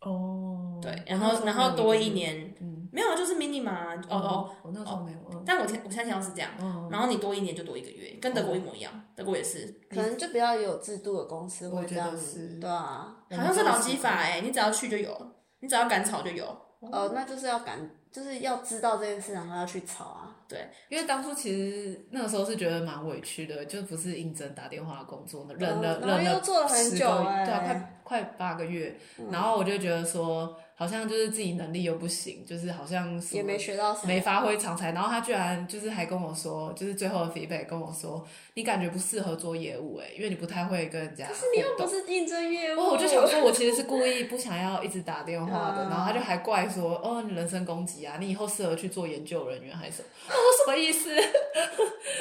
[SPEAKER 3] 哦，
[SPEAKER 2] 对，然后然后多一，年，
[SPEAKER 3] 嗯，
[SPEAKER 2] 没有就是 mini 嘛，哦哦，，
[SPEAKER 3] 我那时候没有，嗯
[SPEAKER 2] 但我听我现在想到是这样，
[SPEAKER 3] 嗯，
[SPEAKER 2] 然后你多一年就多一个月，跟德国一模一样，德国也是，
[SPEAKER 1] 可能就比较有制度的公司
[SPEAKER 3] 我
[SPEAKER 1] 会
[SPEAKER 3] 觉
[SPEAKER 1] 这
[SPEAKER 3] 得
[SPEAKER 1] 样
[SPEAKER 3] 是
[SPEAKER 1] 子，对啊，
[SPEAKER 2] 好像是劳基法哎、你只要去就有，你只要赶草就有，
[SPEAKER 1] 哦，那就是要敢，就是要知道这件事，然后要去吵啊，
[SPEAKER 2] 对，
[SPEAKER 3] 因为当初其实那个时候是觉得蛮委屈的，就不是应征打电话工作的，忍了、
[SPEAKER 1] 哦然后
[SPEAKER 3] 忍
[SPEAKER 1] 又做了很
[SPEAKER 3] 10个
[SPEAKER 1] 久嗯欸
[SPEAKER 3] 对啊，快快八个月，然后我就觉得说，好像就是自己能力又不行，就是好像什么
[SPEAKER 1] 也没学到什么
[SPEAKER 3] 没，发挥长才，然后他居然就是还跟我说，就是最后的 feedback 跟我说，你感觉不适合做业务哎、因为你不太会跟人家。可是
[SPEAKER 1] 你又不是应征业务，
[SPEAKER 3] 哦我我就想说，我其实是故意不想要一直打电话的，
[SPEAKER 1] 嗯
[SPEAKER 3] 然后他就还怪说，哦，你人身攻击啊，你以后适合去做研究人员还是什么？我说什么意思？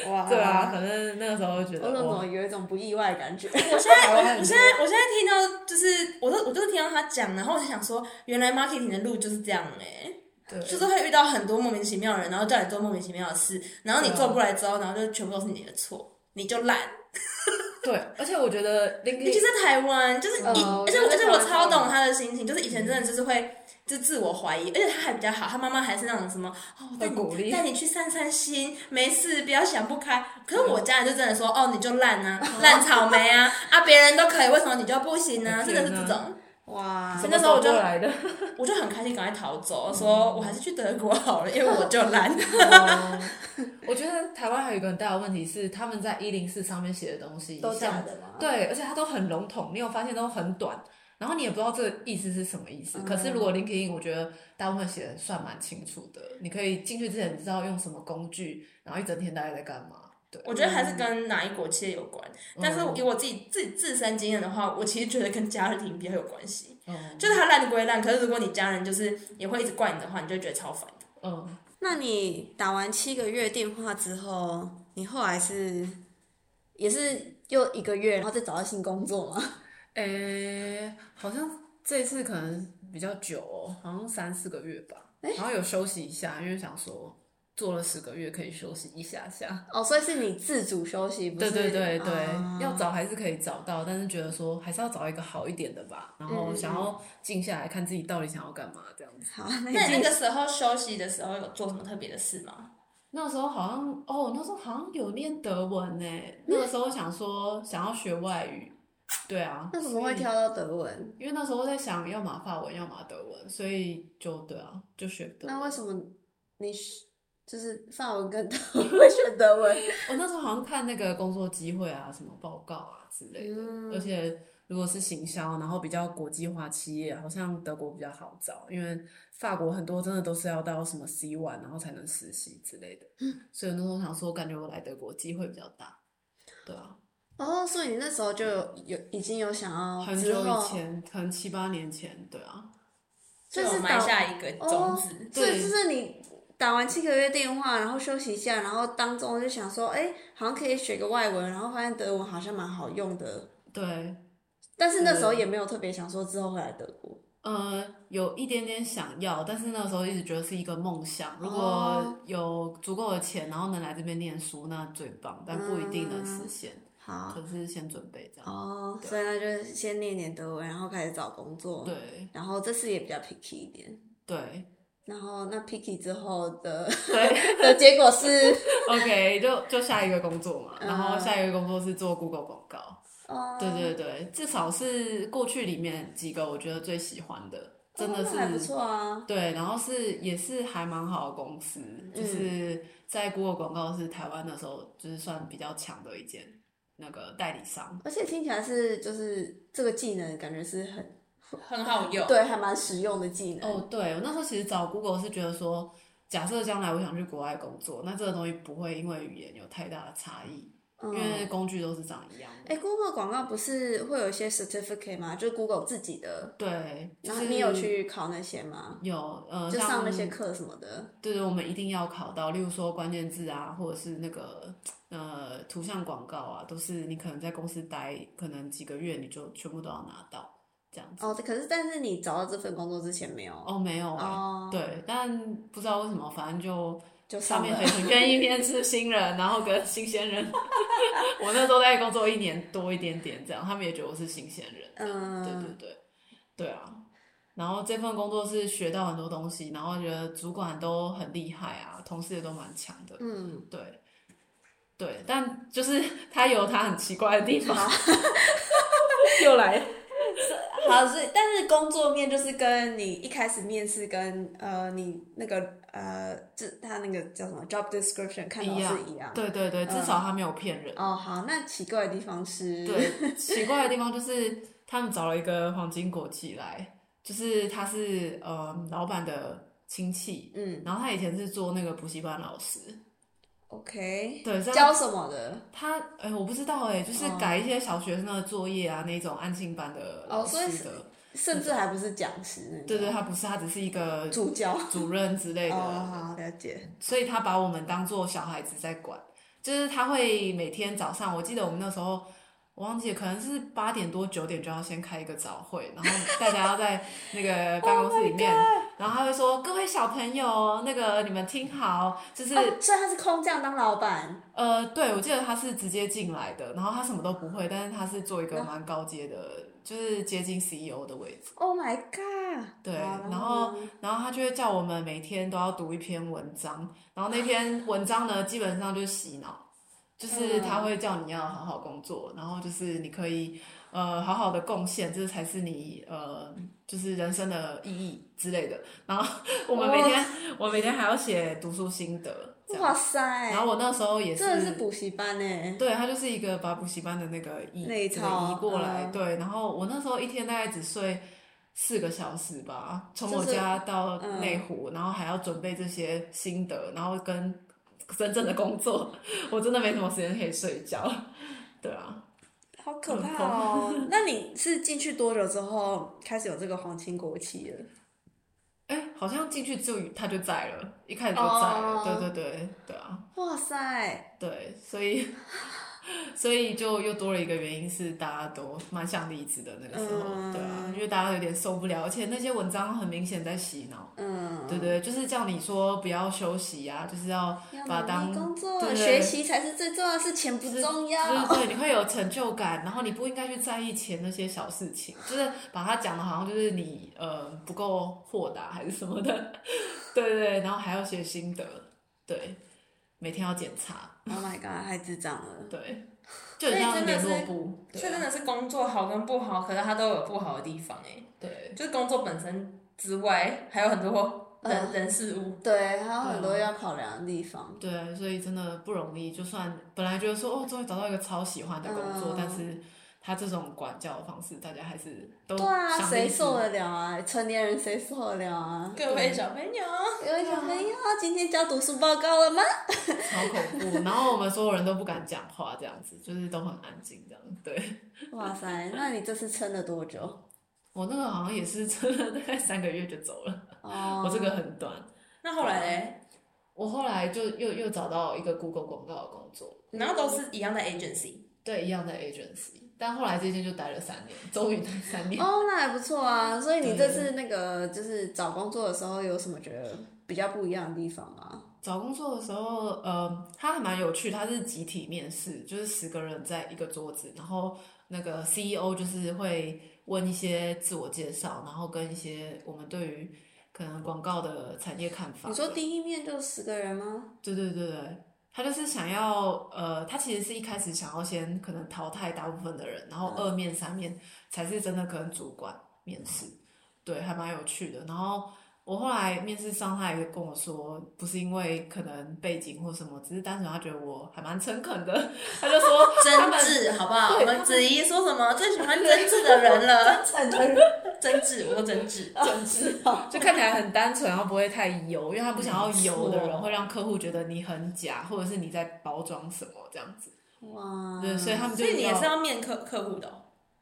[SPEAKER 1] 哇，
[SPEAKER 3] 对
[SPEAKER 2] 哦
[SPEAKER 3] 啊，哦反正那个时候就觉
[SPEAKER 1] 我
[SPEAKER 3] 得
[SPEAKER 1] 怎
[SPEAKER 3] 哇
[SPEAKER 1] 么，有一种不意外的感 觉？
[SPEAKER 2] 我现在，我
[SPEAKER 3] 台湾
[SPEAKER 2] 我现在，我现在听到就是，我都我就是听到他讲，然后我就想说，原来 marketing 的路就是这样哎、
[SPEAKER 3] 对，
[SPEAKER 2] 就是会遇到很多莫名其妙的人，然后叫你做莫名其妙的事，然后你做不来之后，然后就全部都是你的错，你就烂。
[SPEAKER 3] 对，而且我觉得 l i n
[SPEAKER 2] 尤
[SPEAKER 3] k
[SPEAKER 2] 其在台湾，就是以，
[SPEAKER 1] 哦
[SPEAKER 2] 而且
[SPEAKER 1] 我觉
[SPEAKER 2] 我而
[SPEAKER 1] 得
[SPEAKER 2] 且我
[SPEAKER 1] 台湾
[SPEAKER 2] 超懂他的心情，就是以前真的就是会。就自我怀疑，而且他还比较好，他妈妈还是那种什么哦，带
[SPEAKER 3] 会鼓励
[SPEAKER 2] 你带你去散散心，没事，不要想不开。可是我家人就真的说，哦，你就烂啊，烂草莓啊，啊，别人都可以，为什么你就不行呢、
[SPEAKER 3] 我
[SPEAKER 2] 真
[SPEAKER 3] 天哪
[SPEAKER 2] 的是这种，
[SPEAKER 1] 哇，
[SPEAKER 2] 那时候我就
[SPEAKER 3] 来的，
[SPEAKER 2] 我就很开心，赶快逃走，说我还是去德国好了，因为我就烂。
[SPEAKER 3] 哦 我觉得台湾还有一个很大的问题是，他们在一零四上面写的东西
[SPEAKER 1] 都假
[SPEAKER 3] 像
[SPEAKER 1] 的嘛，
[SPEAKER 3] 对，而且它都很笼统，你有发现都很短，然后你也不知道这个意思是什么意
[SPEAKER 2] 嗯
[SPEAKER 3] 思。可是如果 LinkedIn，我觉得大部分写的算蛮清楚的，你可以进去之前你知道用什么工具，然后一整天大概在干嘛。对，
[SPEAKER 2] 我觉得还是跟哪一国企业有关，但是以我自己自己自身经验的话，我其实觉得跟家庭比较有关系。
[SPEAKER 3] 嗯
[SPEAKER 2] 就是他烂归烂，可是如果你家人就是也会一直怪你的话，你就会觉得超烦的。
[SPEAKER 3] 嗯，
[SPEAKER 1] 那你打完七个月电话之后，你后来是也是又一个月，然后再找到新工作吗？
[SPEAKER 3] 诶、好像这次可能比较久哦，好像三四个月吧，然后有休息一下，因为想说做了十个月可以休息一下下。
[SPEAKER 1] 哦，所以是你自主休息，不
[SPEAKER 3] 对
[SPEAKER 1] 是？
[SPEAKER 3] 对对对，
[SPEAKER 1] 啊
[SPEAKER 3] 要找还是可以找到，但是觉得说还是要找一个好一点的吧，然后想要静下来看自己到底想要干嘛这样子。
[SPEAKER 1] 好，哎那你
[SPEAKER 2] 那你
[SPEAKER 1] 进
[SPEAKER 2] 那个时候休息的时候有做什么特别的事吗？
[SPEAKER 3] 那时候好像哦，那时候好像有念德文呢，那个时候想说想要学外语，对啊，
[SPEAKER 1] 那怎么会
[SPEAKER 3] 所以？
[SPEAKER 1] 挑到德文？
[SPEAKER 3] 因为那时候在想，要么法文，要么德文，所以就对啊，就学德文。
[SPEAKER 1] 那为什么你是就是法文跟德 文会选德文？
[SPEAKER 3] 我那时候好像看那个工作机会啊，什么报告啊之类的，
[SPEAKER 1] 嗯
[SPEAKER 3] 而且如果是行销，然后比较国际化企业，好像德国比较好找，因为法国很多真的都是要到什么 C one 然后才能实习之类的，
[SPEAKER 1] 嗯
[SPEAKER 3] 所以我那时候想说，感觉我来德国机会比较大，对啊，
[SPEAKER 1] 哦，所以你那时候就有有已经有想要
[SPEAKER 3] 很
[SPEAKER 1] 哦之
[SPEAKER 3] 久以
[SPEAKER 1] 后，
[SPEAKER 3] 前，可能七八年前，对啊，
[SPEAKER 1] 就
[SPEAKER 2] 有
[SPEAKER 1] 是
[SPEAKER 2] 埋
[SPEAKER 1] 导
[SPEAKER 2] 下一个种子。
[SPEAKER 1] 哦所以
[SPEAKER 3] 对
[SPEAKER 1] 就是你打完七个月电话，然后休息一下，然后当中就想说，哎、好像可以学个外文，然后发现德文好像蛮好用的。
[SPEAKER 3] 对，
[SPEAKER 1] 但是那时候也没有特别想说之后会来德国。
[SPEAKER 3] 呃，有一点点想要，但是那时候一直觉得是一个梦想。如果
[SPEAKER 1] 哦
[SPEAKER 3] 有足够的钱，然后能来这边念书，那最棒，但不一定能实现。
[SPEAKER 1] 好，
[SPEAKER 3] 可是先准备这样。
[SPEAKER 1] 嗯哦，所以那就先念点德文，然后开始找工作。，
[SPEAKER 3] 对
[SPEAKER 1] 然后这次也比较 picky 一点。
[SPEAKER 3] 对
[SPEAKER 1] 然后那 picky 之后的
[SPEAKER 3] 对
[SPEAKER 1] 的结果是，
[SPEAKER 3] ，OK，就就下一个工作嘛。然后下一个工作是做 Google 广告。
[SPEAKER 1] 哦，
[SPEAKER 3] 对对对，至少是过去里面几个我觉得最喜欢的，真的
[SPEAKER 1] 哦
[SPEAKER 3] 是
[SPEAKER 1] 那还不错啊。
[SPEAKER 3] 对，然后是也是还蛮好的公司，
[SPEAKER 1] 嗯
[SPEAKER 3] 就是在 Google 广告是台湾那时候就是算比较强的一间那个代理商。
[SPEAKER 1] 而且听起来是就是这个技能感觉是很
[SPEAKER 2] 很好用。
[SPEAKER 1] 对，还蛮实用的技能。
[SPEAKER 3] 哦，对，我那时候其实找 Google 是觉得说，假设将来我想去国外工作，那这个东西不会因为语言有太大的差异，因
[SPEAKER 1] 嗯
[SPEAKER 3] 为工具都是长一样的。
[SPEAKER 1] 哎，Google 广告不是会有一些 certificate 吗？就是 Google 自己的，
[SPEAKER 3] 对，
[SPEAKER 1] 然后
[SPEAKER 3] 就是
[SPEAKER 1] 你有去考那些吗？
[SPEAKER 3] 有呃，
[SPEAKER 1] 就
[SPEAKER 3] 像
[SPEAKER 1] 上那些课什么的。
[SPEAKER 3] 对对，我们一定要考到，例如说关键字啊，或者是那个呃图像广告啊，都是你可能在公司待可能几个月，你就全部都要拿到这样子。
[SPEAKER 1] 哦，可是但是你找到这份工作之前没有。
[SPEAKER 3] 哦，没有哎、
[SPEAKER 1] 哦
[SPEAKER 3] 对，但不知道为什么，反正就
[SPEAKER 1] 就
[SPEAKER 3] 上
[SPEAKER 1] 上
[SPEAKER 3] 面
[SPEAKER 1] 了
[SPEAKER 3] 很很愿意面试新人，然后跟新鲜人。 我那时候在工作一年多一点点，这样他们也觉得我是新鲜人。
[SPEAKER 1] 嗯
[SPEAKER 3] 对对对，对啊。然后这份工作是学到很多东西，然后觉得主管都很厉害啊，同事也都蛮强的。
[SPEAKER 1] 嗯，
[SPEAKER 3] 对，对，但就是他有他很奇怪的地方。又来了，
[SPEAKER 1] 好，所以但是工作面就是跟呃你一开始面试跟呃你那个呃，这他那个叫什么 job description 看到
[SPEAKER 3] 一样
[SPEAKER 1] 是一样。嗯
[SPEAKER 3] 对对对，至少他没有骗人。
[SPEAKER 1] 哦，好，那奇怪的地方是，
[SPEAKER 3] 对，奇怪的地方就是他们找了一个黄金国际来，就是他是呃老板的亲戚，
[SPEAKER 1] 嗯
[SPEAKER 3] 然后他以前是做那个补习班老师，
[SPEAKER 1] ，OK，
[SPEAKER 3] 对，这样
[SPEAKER 1] 教什哦么的？
[SPEAKER 3] 他哎、我不知道哎、就是改一些小学生的作业啊，那种安静班的老
[SPEAKER 1] 哦所以
[SPEAKER 3] 师
[SPEAKER 1] 是
[SPEAKER 3] 的，
[SPEAKER 1] 甚至还不是讲师那种，
[SPEAKER 3] 对对，他不是，他只是一个
[SPEAKER 1] 助教。
[SPEAKER 3] 主任之类的，
[SPEAKER 1] 哦，好，了解。
[SPEAKER 3] 所以他把我们当做小孩子在管，就是他会每天早上，我记得我们那时候。我忘记了，可能是八点多九点就要先开一个早会，然后大家要在那个办公室里面然后他会说：“各位小朋友，那个你们听好，就是、
[SPEAKER 1] 哦，所以他是空降当老板，
[SPEAKER 3] 呃，对我记得他是直接进来的，然后他什么都不会，但是他是做一个蛮高阶的，就是接近 CEO 的位置。
[SPEAKER 1] Oh my god！
[SPEAKER 3] 对，
[SPEAKER 1] 好
[SPEAKER 3] 然后
[SPEAKER 1] 呢
[SPEAKER 3] 然后他就会叫我们每天都要读一篇文章，然后那 篇文章呢，基本上就是洗脑，就是
[SPEAKER 1] 嗯
[SPEAKER 3] 他会叫你要好好工作，然后就是你可以呃好好的贡献，这才是你呃就是人生的意义之类的。然后 我们每天我每天还要写读书心得，这样。
[SPEAKER 1] 哇塞，
[SPEAKER 3] 然后我那时候也是
[SPEAKER 1] 真的是补习班欸呢，
[SPEAKER 3] 对，他就是一个把补习班的那个移
[SPEAKER 1] 那一
[SPEAKER 3] 整
[SPEAKER 1] 套
[SPEAKER 3] 个移过来，
[SPEAKER 1] 嗯
[SPEAKER 3] 对。然后我那时候一天大概只睡四个小时吧，从
[SPEAKER 1] 就
[SPEAKER 3] 我
[SPEAKER 1] 是嗯
[SPEAKER 3] 家到内湖，然后还要准备这些心得，然后跟真正的工作， 我真的没什么时间可以睡觉。对啊，
[SPEAKER 1] 好可怕 哦！那你是进去多久之后开始有这个皇亲国戚了？
[SPEAKER 3] 哎，好像进去就他就在了，一开始就在了，
[SPEAKER 1] 哦
[SPEAKER 3] 对对对对啊。
[SPEAKER 1] 哇塞，
[SPEAKER 3] 对，所以 所以就又多了一个原因是大家都蛮想离职的那个时候，
[SPEAKER 1] 嗯
[SPEAKER 3] 对啊，因为大家有点受不了，而且那些文章很明显在洗脑，
[SPEAKER 1] 嗯，
[SPEAKER 3] 对对，就是叫你说不要休息啊，就是要
[SPEAKER 1] 要
[SPEAKER 3] 把
[SPEAKER 1] 努
[SPEAKER 3] 当
[SPEAKER 1] 力工
[SPEAKER 3] 对
[SPEAKER 1] 作，
[SPEAKER 3] 对
[SPEAKER 1] 学习才是最重要的事，钱不
[SPEAKER 3] 就是
[SPEAKER 1] 重
[SPEAKER 3] 对
[SPEAKER 1] 要。
[SPEAKER 3] 对对，你会有成就感，然后你不应该去在意钱那些小事情，就是把它讲的好像就是你呃不够豁达还是什么的， 对对对，然后还要写心得，对，每天要检查，
[SPEAKER 1] Oh my god，太智障了！
[SPEAKER 3] 对，就很像联络部，
[SPEAKER 2] 所以真的是工作好跟不好，可是它都有不好的地方哎、
[SPEAKER 3] 对
[SPEAKER 2] 就是工作本身之外，还有很多人、人事物。
[SPEAKER 1] 对，还有很多要考量的地方。
[SPEAKER 3] 对，所以真的不容易。就算本来觉得说哦，终于找到一个超喜欢的工作，
[SPEAKER 1] 嗯
[SPEAKER 3] 但是他这种管教的方式，大家还是都
[SPEAKER 1] 对啊，
[SPEAKER 3] 想
[SPEAKER 1] 谁
[SPEAKER 3] 离职
[SPEAKER 1] 受得了啊？成年人谁受得了啊？
[SPEAKER 2] 各位小朋友，
[SPEAKER 3] 啊
[SPEAKER 1] 有一小朋友今天交读书报告了吗？
[SPEAKER 3] 超恐怖。然后我们所有人都不敢讲话，这样子就是都很安静这样。对
[SPEAKER 1] 哇塞，那你这次撑了多 久？
[SPEAKER 3] 我那个好像也是真的，大概三个月就走了。
[SPEAKER 1] 哦
[SPEAKER 3] 我这个很短。
[SPEAKER 2] 那后来
[SPEAKER 3] 嗯
[SPEAKER 2] 嘞？
[SPEAKER 3] 我后来就又又找到一个 Google 广告的工作，
[SPEAKER 2] 然后都是一样的 agency，
[SPEAKER 3] 对，一样的 agency，但后来这间就待了三年，终于待三年。
[SPEAKER 1] 哦，那还不错啊。所以你这
[SPEAKER 3] 对
[SPEAKER 1] 次那个就是找工作的时候，有什么觉得比较不一样的地方吗？
[SPEAKER 3] 找工作的时候，呃，它还蛮有趣，它是集体面试，就是十个人在一个桌子，然后那个 CEO 就是会问一些自我介绍，然后跟一些我们对于可能广告的产业看法。
[SPEAKER 1] 你说第一面就十个人吗？
[SPEAKER 3] 对对对对，他就是想要呃，他其实是一开始想要先可能淘汰大部分的人，然后
[SPEAKER 2] 嗯
[SPEAKER 3] 二面三面才是真的跟主管面试，
[SPEAKER 2] 嗯
[SPEAKER 3] 对，还蛮有趣的。然后我后来面试上，他也跟我说，不是因为可能背景或什么，只是单纯他觉得我还蛮诚恳的， 他就说
[SPEAKER 2] 真
[SPEAKER 3] 他们
[SPEAKER 2] 挚，好不好？
[SPEAKER 3] 对
[SPEAKER 2] 我们子怡说什么最喜欢真挚的人了？
[SPEAKER 1] 很多人
[SPEAKER 2] 真挚，我都真 挚。
[SPEAKER 3] 哦
[SPEAKER 1] 整治好，
[SPEAKER 3] 就看起来很单纯，然后不会太油，因为他不想要油的
[SPEAKER 2] 没
[SPEAKER 3] 人
[SPEAKER 2] 错
[SPEAKER 3] 会让客户觉得你很假，或者是你在包装什么这样子。
[SPEAKER 1] 哇，
[SPEAKER 3] 对，所以他们
[SPEAKER 2] 嗯
[SPEAKER 3] 就
[SPEAKER 2] 所以你也
[SPEAKER 3] 要
[SPEAKER 2] 是要面客客户的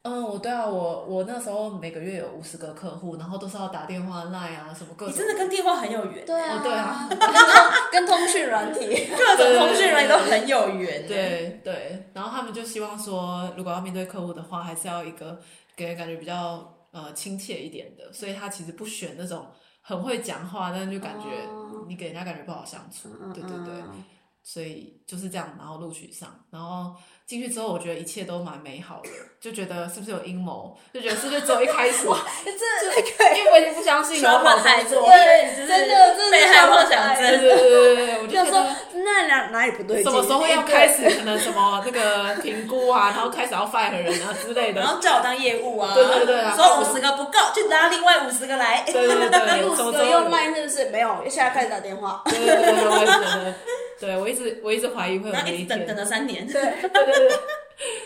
[SPEAKER 2] 哦、
[SPEAKER 3] 嗯，我对啊，我我那时候每个月有五十个客户，然后都是要打电话、赖啊什么各
[SPEAKER 2] 你
[SPEAKER 3] 种。
[SPEAKER 2] 真的跟电话很有缘，
[SPEAKER 1] 对
[SPEAKER 3] 哦对啊，
[SPEAKER 1] 跟通讯软体，
[SPEAKER 2] 各种通讯人都很有缘。
[SPEAKER 3] 对对，然后他们就希望说，如果要面对客户的话，还是要一个给人感觉比较呃亲切一点的，所以他其实不选那种很会讲话，但是就感觉、
[SPEAKER 1] 哦
[SPEAKER 3] 你给人家感觉不好相处。对对对。
[SPEAKER 1] 嗯
[SPEAKER 3] 所以就是这样，然后录取上，然后进去之后，我觉得一切都蛮美好的，就觉得是不是有阴谋，就觉得是不是只有一开始，
[SPEAKER 1] 这
[SPEAKER 3] 因为我已经不相信有
[SPEAKER 2] 双
[SPEAKER 3] 好
[SPEAKER 2] 方
[SPEAKER 3] 工
[SPEAKER 2] 太
[SPEAKER 3] 作
[SPEAKER 2] 多，，
[SPEAKER 1] 对真的真的
[SPEAKER 2] 被害妄想
[SPEAKER 3] 对
[SPEAKER 2] 症。
[SPEAKER 3] 对对对对，我就
[SPEAKER 1] 就
[SPEAKER 3] 觉
[SPEAKER 1] 说
[SPEAKER 3] 得
[SPEAKER 1] 那哪哪里不对劲？
[SPEAKER 3] 什么时候要开始，可能什么那个评估啊，然后开始要 fire 人啊之类
[SPEAKER 2] 然
[SPEAKER 3] 的，
[SPEAKER 2] 后叫我当业务啊，
[SPEAKER 3] 对对对啊
[SPEAKER 2] 说五十个不够，就拿另外五十个来。
[SPEAKER 3] 对 对
[SPEAKER 1] 哎？
[SPEAKER 3] 对，
[SPEAKER 1] 第五
[SPEAKER 3] 什么
[SPEAKER 1] 十
[SPEAKER 3] 时
[SPEAKER 1] 个
[SPEAKER 3] 候
[SPEAKER 1] 用赖是不是没有？现在开始打电 话。
[SPEAKER 3] 对对对对，我也觉得，对我一直我一直怀疑会有
[SPEAKER 2] 然
[SPEAKER 3] 那
[SPEAKER 2] 后一
[SPEAKER 3] 一
[SPEAKER 2] 直等
[SPEAKER 3] 天
[SPEAKER 2] 等，了三年，
[SPEAKER 1] 对，
[SPEAKER 3] 对对对。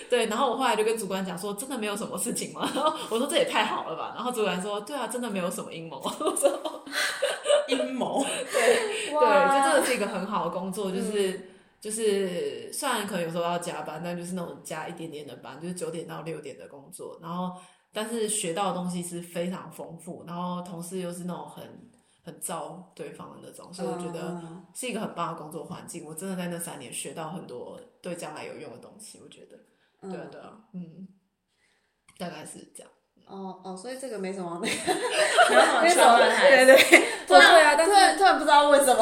[SPEAKER 3] 对，然后我后来就跟主管讲说，真的没有什么事情吗？ 然后我说这也太好了吧。然后主管说，对啊，真的没有什么阴谋。 我说
[SPEAKER 2] 阴 谋。
[SPEAKER 3] 对，就真的是一个很好的工作，就是、就是虽然可能有时候要加班，但就是那种加一点点的班，就是九点到六点的工作。然后但是学到的东西是非常丰富，然后同事又是那种很很照对方的那种，所以我觉得
[SPEAKER 1] 嗯
[SPEAKER 3] 是一个很棒的工作环境。我真的在那三年学到很多对将来有用的东西，我觉得。对啊，对啊，嗯，大概是这样。
[SPEAKER 1] 哦哦，所以这个 没什么，
[SPEAKER 2] 没有什么
[SPEAKER 1] 没什
[SPEAKER 2] 窗
[SPEAKER 1] 么，
[SPEAKER 2] 外孩
[SPEAKER 1] 对对，
[SPEAKER 3] 对啊，但
[SPEAKER 1] 突
[SPEAKER 3] 是哦
[SPEAKER 1] 然突然不知道为什么，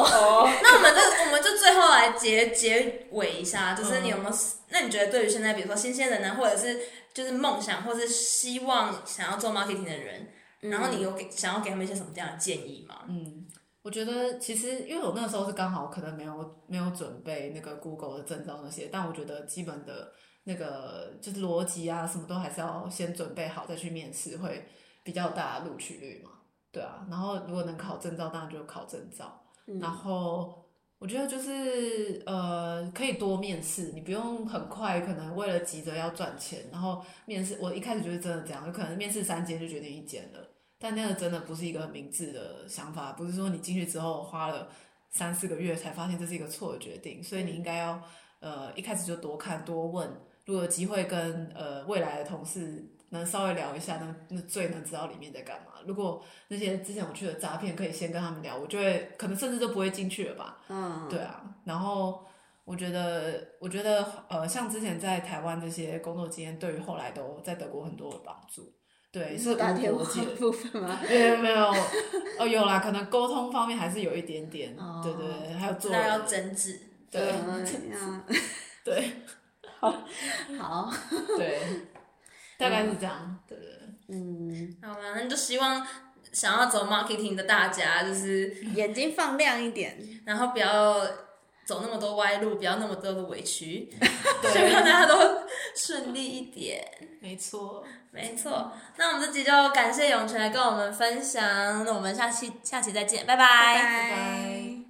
[SPEAKER 2] 那我们就我们就最后来结结尾一下，就是你有
[SPEAKER 3] 嗯
[SPEAKER 2] 没有？那你觉得对于现在，比如说新鲜人呢，或者是就是梦想，或是希望想要做 marketing 的人，然后你有给想要给他们一些什么这样的建议吗？
[SPEAKER 3] 嗯，我觉得其实因为我那时候是刚好可能没有没有准备那个 Google 的证照那些，但我觉得基本的那个就是逻辑啊，什么都还是要先准备好再去面试，会比较大的录取率嘛。对啊，然后如果能考证照，当然就考证照。然后我觉得就是呃，可以多面试，你不用很快，可能为了急着要赚钱，然后面试。我一开始就是真的这样，有可能面试三间就决定一间了，但那个真的不是一个很明智的想法，不是说你进去之后花了三四个月才发现这是一个错的决定，所以你应该要呃一开始就多看多问，如果有机会跟呃未来的同事。能稍微聊一下，那那最能知道里面在干嘛。如果那些之前我去的诈骗，可以先跟他们聊，我就会可能甚至都不会进去了吧。
[SPEAKER 1] 嗯，
[SPEAKER 3] 对啊，然后我觉得，我觉得呃，像之前在台湾这些工作经验，对于后来都在德国很多的帮助。对，是无
[SPEAKER 1] 嗯打电
[SPEAKER 3] 国
[SPEAKER 1] 话
[SPEAKER 3] 界
[SPEAKER 1] 的部分吗？
[SPEAKER 3] 没有没有，哦有啦，可能沟通方面还是有一点点，
[SPEAKER 1] 哦
[SPEAKER 3] 对对对，还有做
[SPEAKER 2] 那要
[SPEAKER 3] 人，
[SPEAKER 2] 争执，
[SPEAKER 3] 对
[SPEAKER 1] 嗯，
[SPEAKER 3] 对
[SPEAKER 1] 嗯好，
[SPEAKER 3] 对， 大概是这样，对对对
[SPEAKER 1] 嗯，
[SPEAKER 2] 好吧？那就希望想要走 marketing 的大家，就是
[SPEAKER 1] 眼睛放亮一点，
[SPEAKER 2] 然后不要走那么多歪路，不要那么多的委屈， 希
[SPEAKER 3] 对，
[SPEAKER 2] 望大家都顺利一点。
[SPEAKER 3] 没错，
[SPEAKER 2] 没错，那我们这集就感谢永泉来跟我们分享，那我们下期下期再见，拜拜
[SPEAKER 1] 拜
[SPEAKER 3] 拜拜。